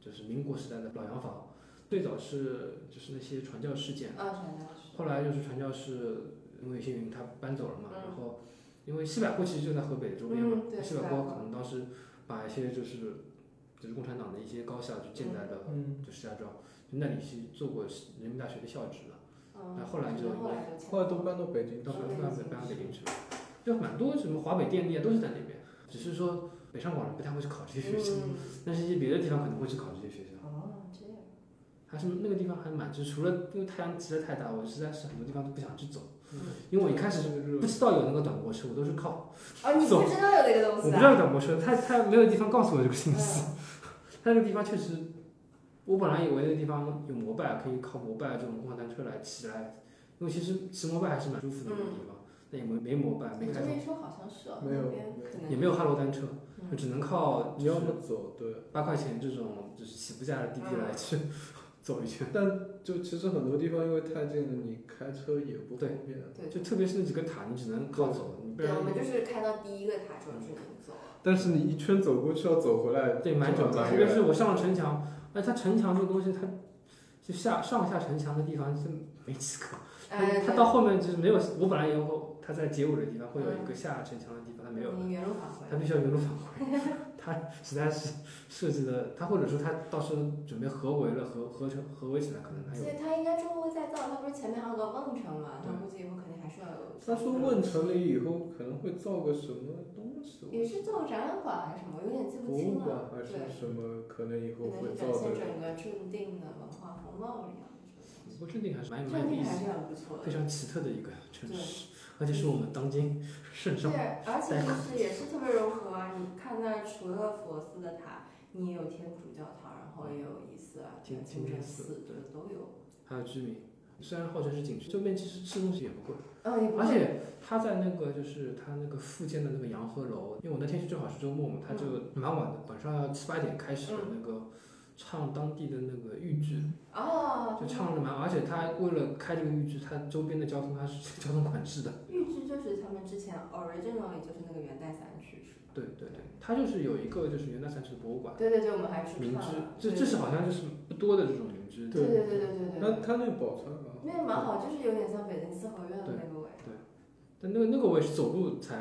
[SPEAKER 3] 就是民国时代的老洋房，最早是就是那些传教事件。
[SPEAKER 4] 啊，传教士，
[SPEAKER 3] 后来就是传教士，因为一些原因他搬走了嘛，
[SPEAKER 4] 嗯
[SPEAKER 3] 然后因为西柏坡其实就在河北周边嘛，
[SPEAKER 4] 嗯对
[SPEAKER 3] 西柏
[SPEAKER 4] 西柏
[SPEAKER 3] 坡
[SPEAKER 4] 坡
[SPEAKER 3] 可能当时把一些就是就是共产党的一些高校就建在了
[SPEAKER 5] 嗯，
[SPEAKER 3] 就石家庄，就那里是做过人民大学的校址的，
[SPEAKER 4] 嗯，
[SPEAKER 3] 那后来就
[SPEAKER 4] 后来就迁
[SPEAKER 5] 后来都
[SPEAKER 4] 走了
[SPEAKER 5] 搬到北京去
[SPEAKER 3] 到
[SPEAKER 5] 了。
[SPEAKER 3] 搬到北搬到北京去了，就蛮多什么华北电力啊都是在那边，只是说北上广人不太会去考这些学校，
[SPEAKER 4] 嗯
[SPEAKER 3] 但是一些别的地方可能会去考这些学校。
[SPEAKER 4] 哦，这样，
[SPEAKER 3] 还是那个地方还蛮值，除了因为太阳实在太大，我实在是很多地方都不想去走，
[SPEAKER 5] 嗯
[SPEAKER 3] 因为我一开始
[SPEAKER 5] 这个
[SPEAKER 3] 不
[SPEAKER 5] 热
[SPEAKER 3] 知道有那个短波车，我都是靠
[SPEAKER 4] 啊，你
[SPEAKER 3] 走
[SPEAKER 4] 不知道有那个
[SPEAKER 3] 我
[SPEAKER 4] 东
[SPEAKER 3] 不
[SPEAKER 4] 西
[SPEAKER 3] 知
[SPEAKER 4] 的，
[SPEAKER 3] 道短波车，他他没有地方告诉我这个信息。
[SPEAKER 4] 嗯
[SPEAKER 3] 他那个地方确实，我本来以为那个地方有摩拜，可以靠摩拜这种共享单车来骑来，因为其实骑摩拜还是蛮舒服的那个地方。那也没没摩拜，没
[SPEAKER 4] 你
[SPEAKER 3] 开
[SPEAKER 4] 嗯这么
[SPEAKER 3] 通，
[SPEAKER 4] 一说好像是哦，
[SPEAKER 5] 没有
[SPEAKER 4] 那边可能
[SPEAKER 3] 也没有哈罗单车，就
[SPEAKER 4] 嗯
[SPEAKER 3] 只能靠
[SPEAKER 5] 你
[SPEAKER 3] 就
[SPEAKER 5] 要
[SPEAKER 3] 是
[SPEAKER 5] 么走，对，
[SPEAKER 3] 八块钱这种就是起步价的滴滴
[SPEAKER 4] 嗯
[SPEAKER 3] 来去 走一圈。
[SPEAKER 5] 就其实很多地方因为太近了，你开车也不方便。
[SPEAKER 4] 对，
[SPEAKER 3] 就特别是那几个塔，你只能
[SPEAKER 4] 嗯
[SPEAKER 3] 靠走，你不
[SPEAKER 4] 对，
[SPEAKER 3] 然
[SPEAKER 4] 我们就是看到第一个塔之后就能走了。
[SPEAKER 5] 但是你一圈走过去要走回来，
[SPEAKER 3] 对，蛮久
[SPEAKER 5] 久
[SPEAKER 3] 的。特别是我上了城墙，哎，它城墙这个东西，它就下上下城墙的地方就没几个，
[SPEAKER 4] 呃，
[SPEAKER 3] 它到后面就是没有，我本来以为会它在街舞的地方会有
[SPEAKER 4] 嗯
[SPEAKER 3] 一个下城墙的地方，它没有了，
[SPEAKER 4] 你嗯原路返回
[SPEAKER 3] 它必须要原路返回。它实在是设计的，它或者说它到时候准备合围了，合合成合围起来，可能它有
[SPEAKER 4] 所以它应该之后会再造，它不是前面还有个瓮城嘛？它
[SPEAKER 3] 对
[SPEAKER 4] 估计以后肯定还是要有。嗯
[SPEAKER 5] 他说问城里以后可能会造个什么东西，
[SPEAKER 4] 也是造展览馆还是什么，有点记不
[SPEAKER 5] 博物
[SPEAKER 4] 清
[SPEAKER 5] 馆
[SPEAKER 4] 了。
[SPEAKER 5] 还是
[SPEAKER 4] 啊对，
[SPEAKER 5] 什么，可能以后
[SPEAKER 4] 可
[SPEAKER 5] 会
[SPEAKER 4] 能是
[SPEAKER 5] 造
[SPEAKER 4] 展现整
[SPEAKER 5] 的。
[SPEAKER 4] 个正定的文化风貌一样。
[SPEAKER 3] 不过镇定还是蛮蛮
[SPEAKER 4] 正
[SPEAKER 3] 有意
[SPEAKER 4] 定还
[SPEAKER 3] 思
[SPEAKER 4] 是
[SPEAKER 3] 的，
[SPEAKER 4] 很不错的
[SPEAKER 3] 非。常奇特的一个城
[SPEAKER 4] 对
[SPEAKER 3] 市，而且是我们当今 圣上
[SPEAKER 4] 对，而且就是也是特别融合啊！你看那儿除了佛寺的塔，你也有天主教堂，然后也有遗寺啊，
[SPEAKER 3] 天
[SPEAKER 4] 清
[SPEAKER 3] 天
[SPEAKER 4] 真
[SPEAKER 3] 主寺
[SPEAKER 4] 寺，这都有。
[SPEAKER 3] 还有居民。虽然号称是景区，这边其实吃东西也不贵，
[SPEAKER 4] 嗯，也不
[SPEAKER 3] 而
[SPEAKER 4] 是
[SPEAKER 3] 且他在那个就是他那个附近的那个洋河楼，因为我那天去正好是周末嘛，他就
[SPEAKER 4] 嗯
[SPEAKER 3] 蛮晚的，晚上要七八点开始有那个唱当地的那个豫剧，
[SPEAKER 4] 哦，
[SPEAKER 3] 就唱的蛮，而且他为了开这个豫剧，他周边的交通他是交通管制的，
[SPEAKER 4] 豫剧就是他们之前 originally 就是那个元代散曲，是吧？
[SPEAKER 3] 对对对，他就是有一个就是元代散曲的博物馆，
[SPEAKER 4] 对对对，我们还去看
[SPEAKER 3] 民居
[SPEAKER 4] 了。，
[SPEAKER 3] 这这是好像就是不多的这种民居，
[SPEAKER 4] 对对对对对对
[SPEAKER 5] 那
[SPEAKER 4] 对，
[SPEAKER 5] 他那个宝川啊，
[SPEAKER 4] 那个蛮好，就是有点像北京四合院的那个味。
[SPEAKER 3] 但那个那个我也是走路才，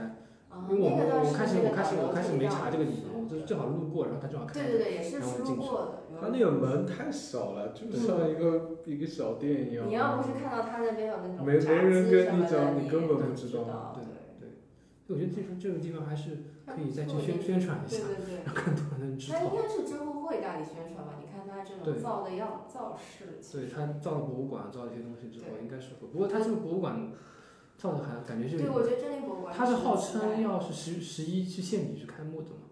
[SPEAKER 4] 啊，
[SPEAKER 3] 因为我
[SPEAKER 4] 那个倒
[SPEAKER 3] 我
[SPEAKER 4] 是
[SPEAKER 3] 我开始
[SPEAKER 4] 那个
[SPEAKER 3] 我开始
[SPEAKER 4] 导游
[SPEAKER 3] 我开始没查这个
[SPEAKER 4] 就
[SPEAKER 3] 地
[SPEAKER 4] 是
[SPEAKER 3] 方，我就是正好路过，然后他正好开
[SPEAKER 4] 嗯对
[SPEAKER 3] 着，
[SPEAKER 4] 对对，也是
[SPEAKER 3] 然后
[SPEAKER 4] 是
[SPEAKER 3] 我
[SPEAKER 4] 路
[SPEAKER 3] 进去
[SPEAKER 4] 过的。有嗯
[SPEAKER 5] 他那个门太少了，就像一个一个小店一样。
[SPEAKER 4] 你要不是看到他那边有那种
[SPEAKER 5] 没
[SPEAKER 4] 炸
[SPEAKER 5] 没人
[SPEAKER 4] 鸡
[SPEAKER 5] 跟
[SPEAKER 4] 什
[SPEAKER 5] 你
[SPEAKER 4] 么的
[SPEAKER 5] 讲你
[SPEAKER 4] 也
[SPEAKER 5] 根本
[SPEAKER 4] 不
[SPEAKER 5] 不知道
[SPEAKER 3] 对
[SPEAKER 4] 对，
[SPEAKER 3] 我觉得这种这种地方还是可以再去
[SPEAKER 4] 做
[SPEAKER 3] 宣
[SPEAKER 4] 一个
[SPEAKER 3] 宣传一
[SPEAKER 4] 对
[SPEAKER 3] 下，
[SPEAKER 4] 对对。
[SPEAKER 3] 让更多人知
[SPEAKER 4] 那应
[SPEAKER 3] 道。
[SPEAKER 4] 该是之后会大力宣传吧？你看他这
[SPEAKER 3] 对
[SPEAKER 4] 种造的样造势，其
[SPEAKER 3] 所以
[SPEAKER 4] 实
[SPEAKER 3] 他造了博物馆，造了一些东西之后，
[SPEAKER 4] 对
[SPEAKER 3] 应该是会。不过他这个博物馆造的还感觉就是
[SPEAKER 4] 对，，我觉得真理博物馆
[SPEAKER 3] 他是
[SPEAKER 4] 是
[SPEAKER 3] 号
[SPEAKER 4] 期
[SPEAKER 3] 称
[SPEAKER 4] 待
[SPEAKER 3] 要是十十一去献礼去开幕的嘛，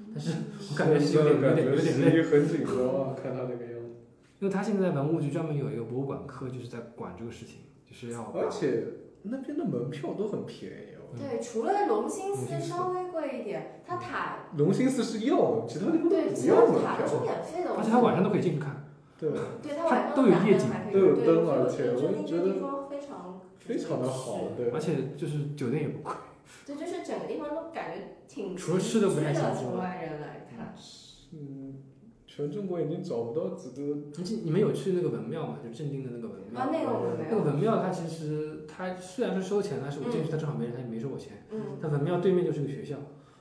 [SPEAKER 4] 嗯
[SPEAKER 3] 但是 我
[SPEAKER 5] 感
[SPEAKER 3] 感觉是有点有
[SPEAKER 5] 感
[SPEAKER 3] 点
[SPEAKER 5] 觉
[SPEAKER 3] 有点
[SPEAKER 5] 十
[SPEAKER 3] 累，
[SPEAKER 5] 一很紧张啊，看他那个样子。
[SPEAKER 3] 因为他现在文物局专门有一个博物馆科，就是在管这个事情，就是要
[SPEAKER 4] 哦
[SPEAKER 3] 把
[SPEAKER 5] 而且那边的门票都很便宜哦。
[SPEAKER 4] 对，除了龙兴
[SPEAKER 3] 龙兴
[SPEAKER 4] 寺
[SPEAKER 3] 寺
[SPEAKER 4] 稍微贵一点，它塔
[SPEAKER 5] 龙兴寺是要，其他地
[SPEAKER 3] 嗯
[SPEAKER 5] 方都
[SPEAKER 4] 对，
[SPEAKER 5] 不
[SPEAKER 4] 只
[SPEAKER 5] 要
[SPEAKER 4] 要
[SPEAKER 5] 门
[SPEAKER 4] 塔
[SPEAKER 5] 票
[SPEAKER 4] 是。免费的，
[SPEAKER 3] 而
[SPEAKER 4] 我
[SPEAKER 3] 且
[SPEAKER 4] 记
[SPEAKER 3] 他
[SPEAKER 4] 得
[SPEAKER 3] 晚上都可以进去看，
[SPEAKER 5] 对，
[SPEAKER 4] 对它
[SPEAKER 3] 它
[SPEAKER 4] 晚上
[SPEAKER 3] 都有
[SPEAKER 4] 打
[SPEAKER 3] 夜
[SPEAKER 4] 灯
[SPEAKER 3] 景
[SPEAKER 4] 还可以
[SPEAKER 5] 都有
[SPEAKER 4] 对
[SPEAKER 5] 灯
[SPEAKER 4] 所以
[SPEAKER 5] 而
[SPEAKER 4] 我
[SPEAKER 5] 且我就觉
[SPEAKER 4] 觉得这个
[SPEAKER 5] 得
[SPEAKER 4] 地方非常
[SPEAKER 5] 非常的好。对
[SPEAKER 3] 而，且就是酒店也不贵。
[SPEAKER 4] 对，就是整个地方都感觉挺
[SPEAKER 3] 除了吃的不太
[SPEAKER 4] 宜居
[SPEAKER 3] 行
[SPEAKER 4] 的
[SPEAKER 3] 之
[SPEAKER 4] 从
[SPEAKER 3] 外
[SPEAKER 4] 外人来看，
[SPEAKER 5] 嗯，全中国已经找不到几个。
[SPEAKER 3] 而且你们有去那个文庙吗？就正定的那个文庙。
[SPEAKER 4] 啊，那个我们没
[SPEAKER 3] 那个
[SPEAKER 4] 有，
[SPEAKER 3] 文庙它其实它虽然是收钱，但是我进去它正好没人，它也没收我钱。
[SPEAKER 4] 嗯，
[SPEAKER 3] 它文庙对面就是个学校，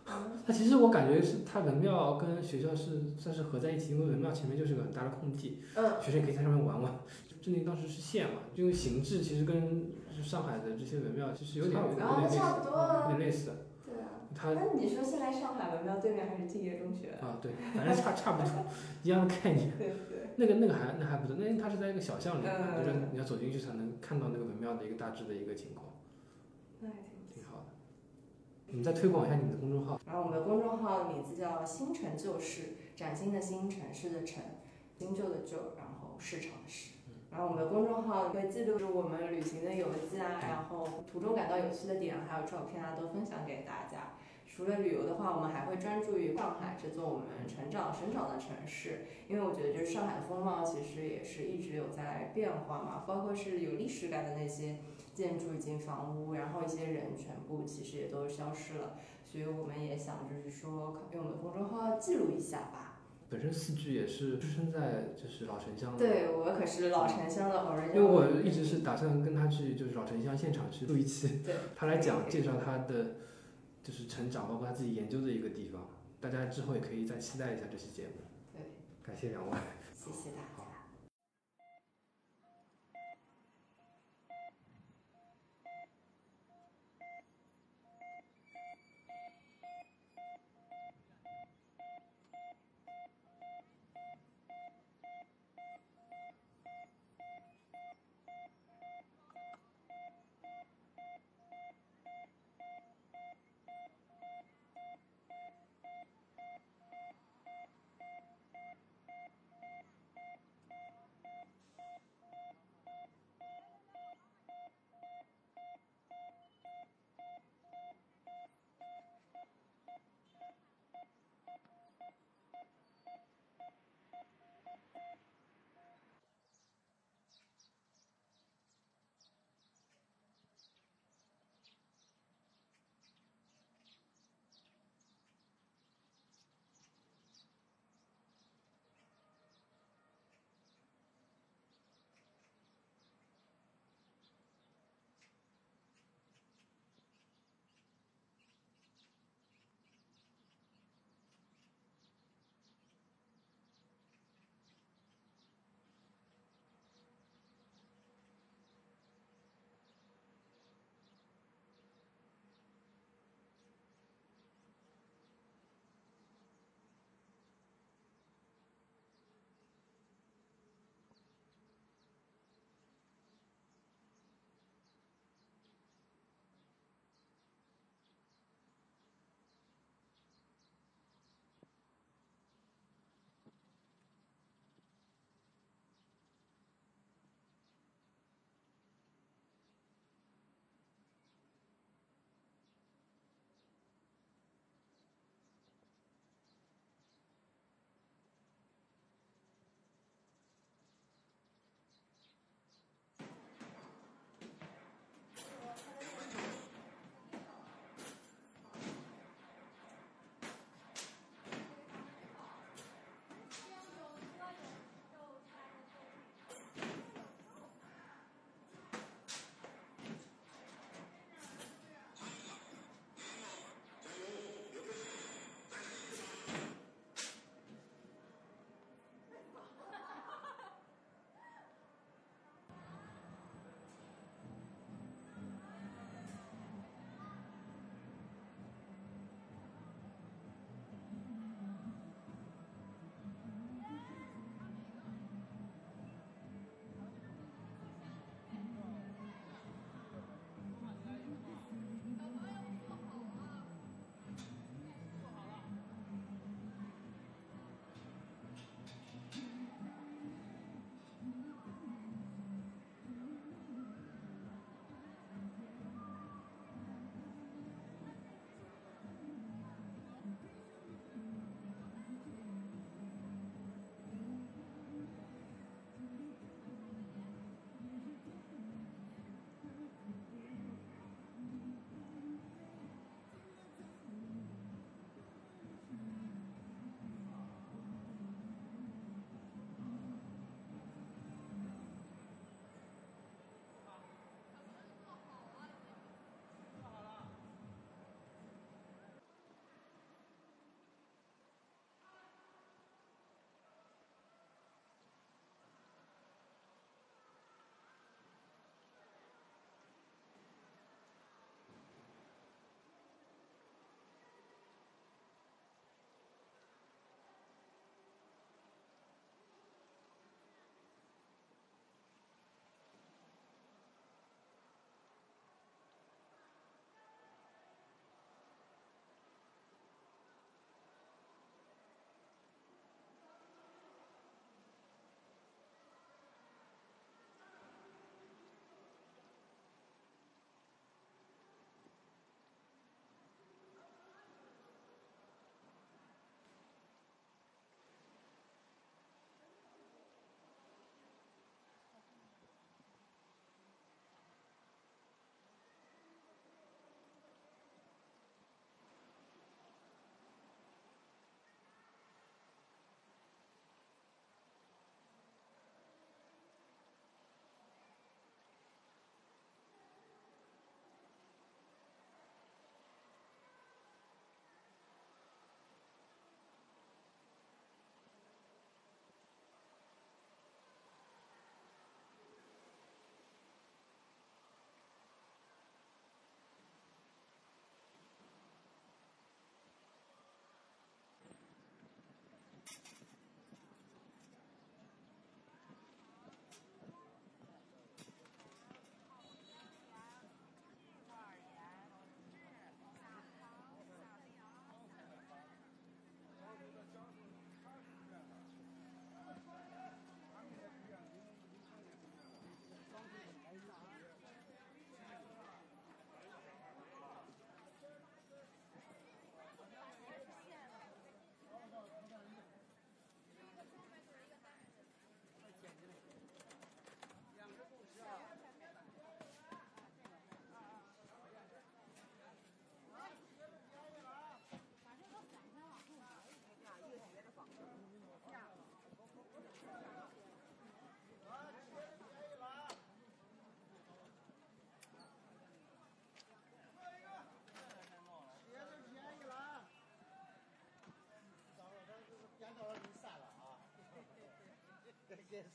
[SPEAKER 4] 嗯
[SPEAKER 3] 它其实我感觉是它文庙跟学校是算是合在一起，因为文庙前面就是个很大的空地，
[SPEAKER 4] 嗯，
[SPEAKER 3] 学生也可以在上面玩玩。正定当时是县嘛，因为形制其实跟上海的这些文庙其实有点有
[SPEAKER 4] 然后
[SPEAKER 3] 点类似，
[SPEAKER 4] 差不多
[SPEAKER 3] 有
[SPEAKER 4] 啊，
[SPEAKER 3] 点类似。
[SPEAKER 4] 对啊。
[SPEAKER 3] 它
[SPEAKER 4] 那你说现在上海文庙对面还是敬业中学？
[SPEAKER 3] 啊对，反正差差不多一样的概念。
[SPEAKER 4] 对对，
[SPEAKER 3] 那个那个还那还不错，那因为它是在一个小巷里面，
[SPEAKER 4] 嗯
[SPEAKER 3] 就是你要走进去才能看到那个文庙的一个大致的一个情况，
[SPEAKER 4] 那还挺不错
[SPEAKER 3] 挺。好的。你们再推广一下你们的公众号。
[SPEAKER 4] 然后我们的公众号的名字叫“新城旧事”，崭新的新，城市的城，新旧的旧，然后市场的市。然后我们的公众号会记录着我们旅行的游记啊，然后途中感到有趣的点，还有照片啊，都分享给大家。除了旅游的话，我们还会专注于上海这座我们成长生长的城市，因为我觉得就是上海风貌其实也是一直有在变化嘛，包括是有历史感的那些建筑以及房屋，然后一些人全部其实也都消失了。所以我们也想就是说，用我们的公众号记录一下吧。
[SPEAKER 3] 本身四剧也是出生在就是老城乡的，，
[SPEAKER 4] 对我可是老城乡的 original，
[SPEAKER 3] 嗯因为我一直是打算跟他去就是老城乡现场去录一期，
[SPEAKER 4] 对
[SPEAKER 3] 他来讲介绍他的就是成长，包括他自己研究的一个地方，大家之后也可以再期待一下这期节目。
[SPEAKER 4] 对，
[SPEAKER 3] 感谢两位。
[SPEAKER 4] 谢谢大家。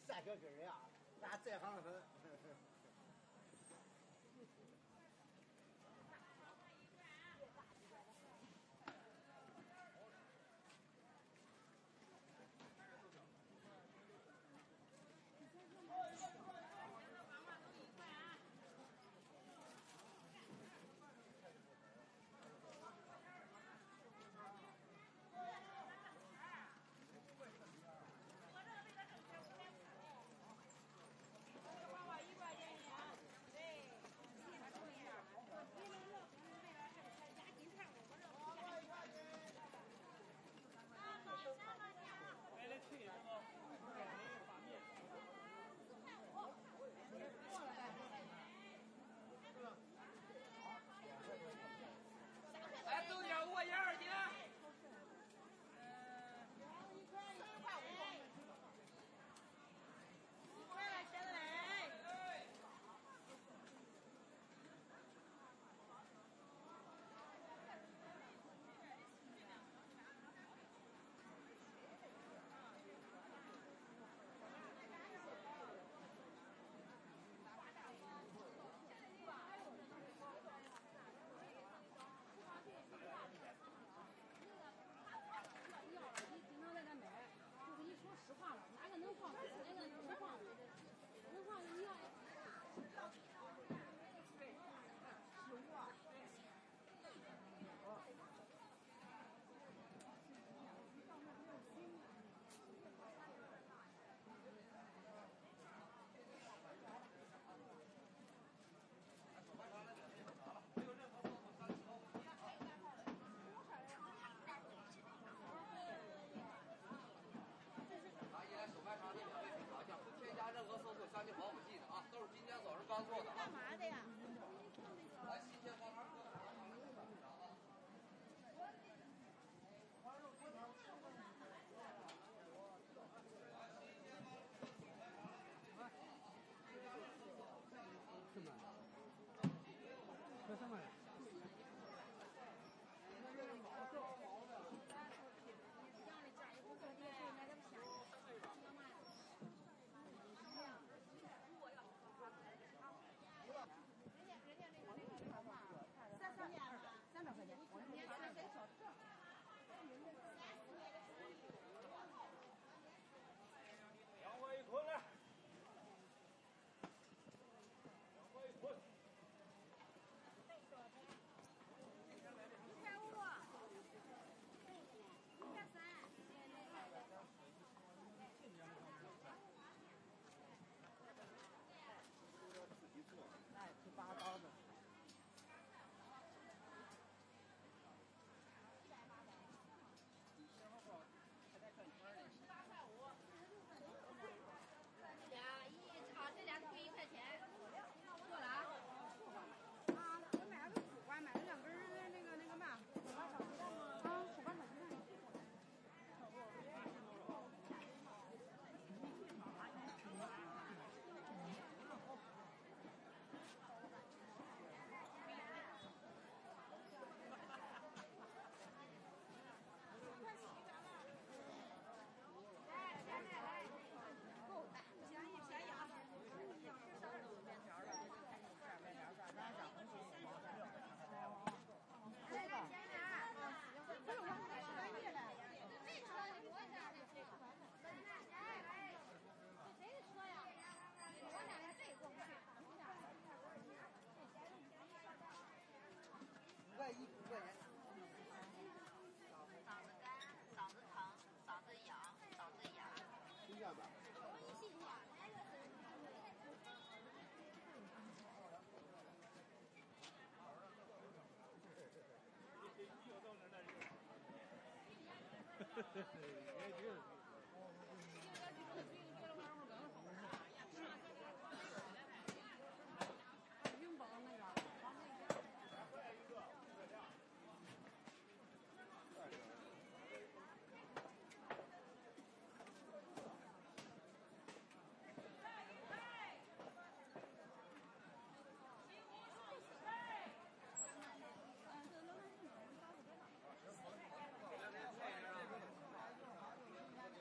[SPEAKER 7] 三小根儿呀，俺在行很。
[SPEAKER 8] 来，豆角给我压二斤。快来，先来！
[SPEAKER 2] 你平常在那买，我跟你说实话了，哪个能放哪个能放，能放你要。
[SPEAKER 8] 拿一来手拍肠那两位品尝一下，不添加任何色素、香精、防腐剂的啊，都是今天早上刚做的啊。干嘛的呀？来，新鲜方法做肠肠的品尝啊。
[SPEAKER 9] 杨过一捆来，杨过一捆。
[SPEAKER 2] 这俩一炒，这俩退一块钱，够了啊。
[SPEAKER 10] 啊，我买了个苦瓜，买了两根儿那个那个嘛，苦瓜炒鸡蛋吗？啊，苦瓜炒鸡蛋。
[SPEAKER 2] 啊谁说的？我哪的？谁来，这谁说呀？我俩人谁过不去？
[SPEAKER 7] 五块一，五块钱。
[SPEAKER 11] 嗓子干，嗓子疼，嗓子痒，嗓子痒。
[SPEAKER 7] 听见吧？
[SPEAKER 10] 英宝那个，
[SPEAKER 8] 来，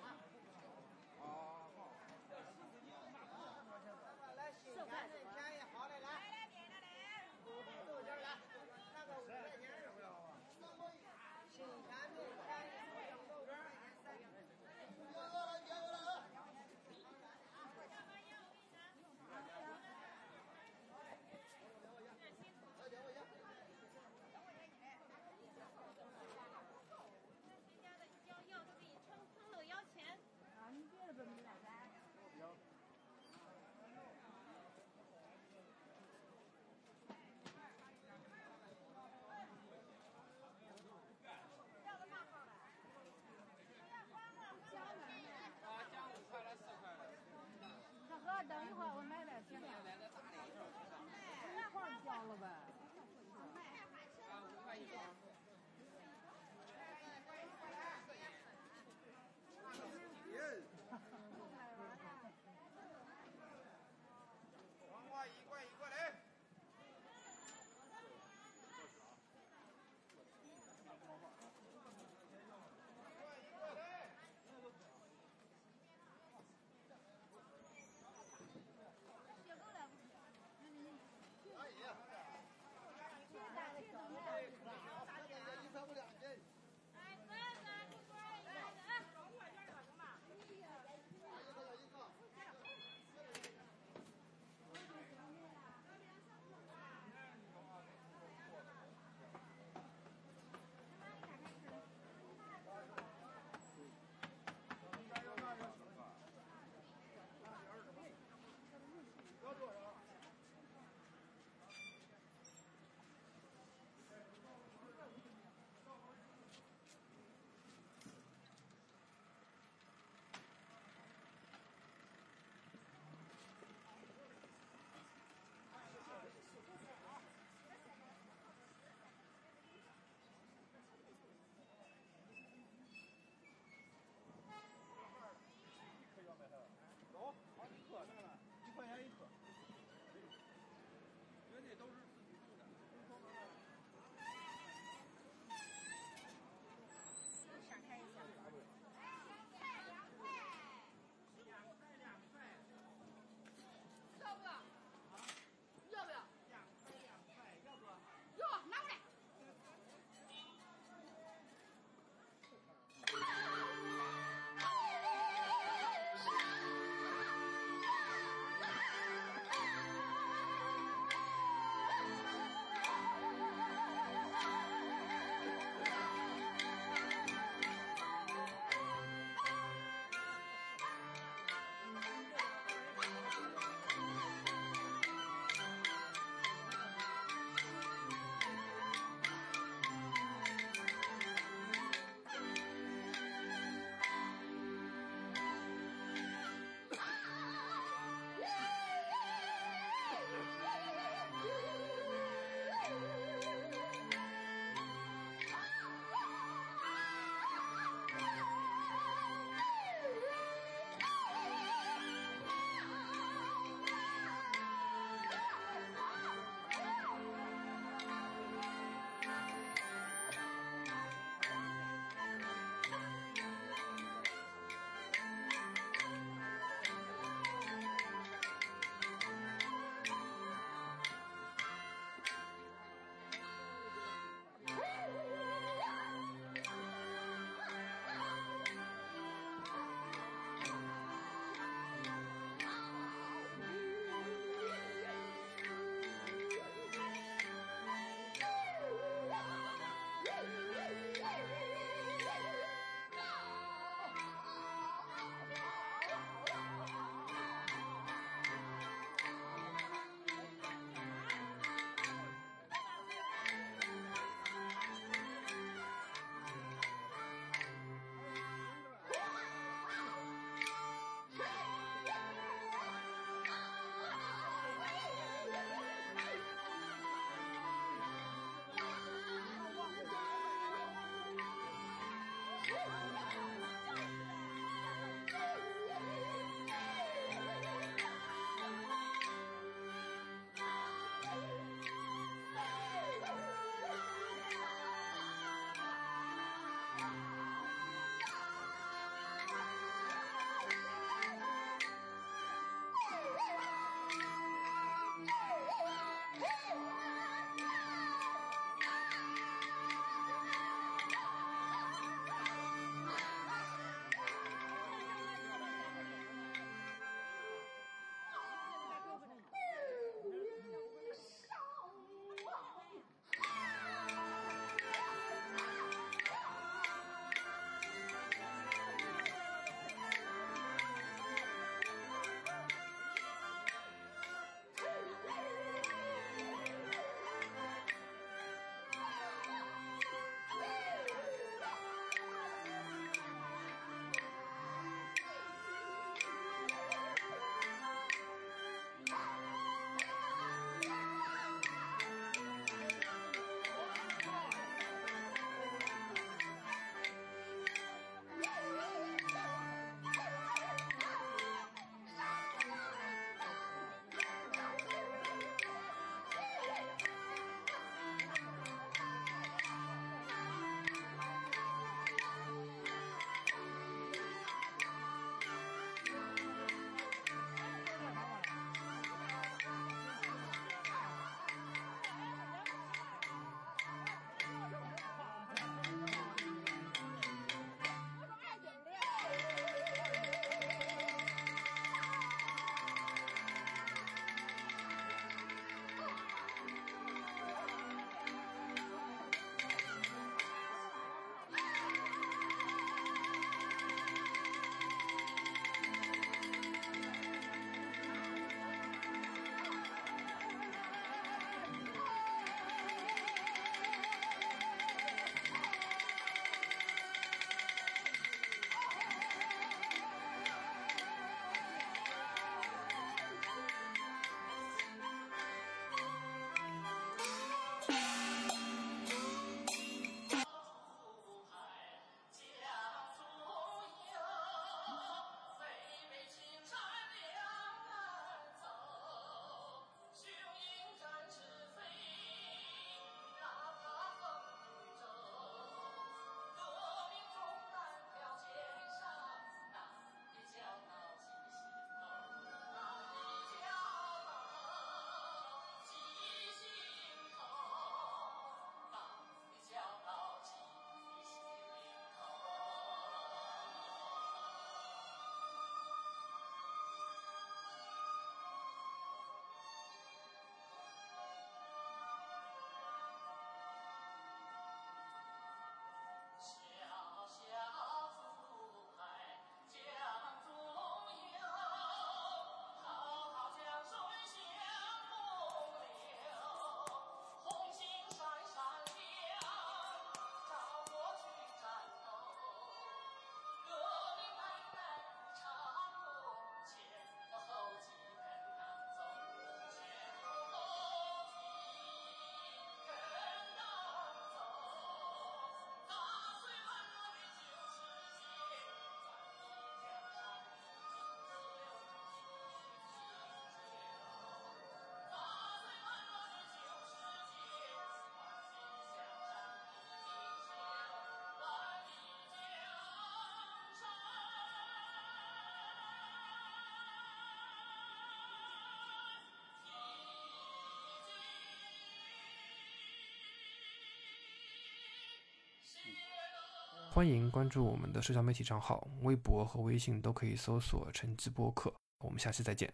[SPEAKER 3] 欢迎关注我们的社交媒体账号，微博和微信都可以搜索“晨记播客”。我们下期再见。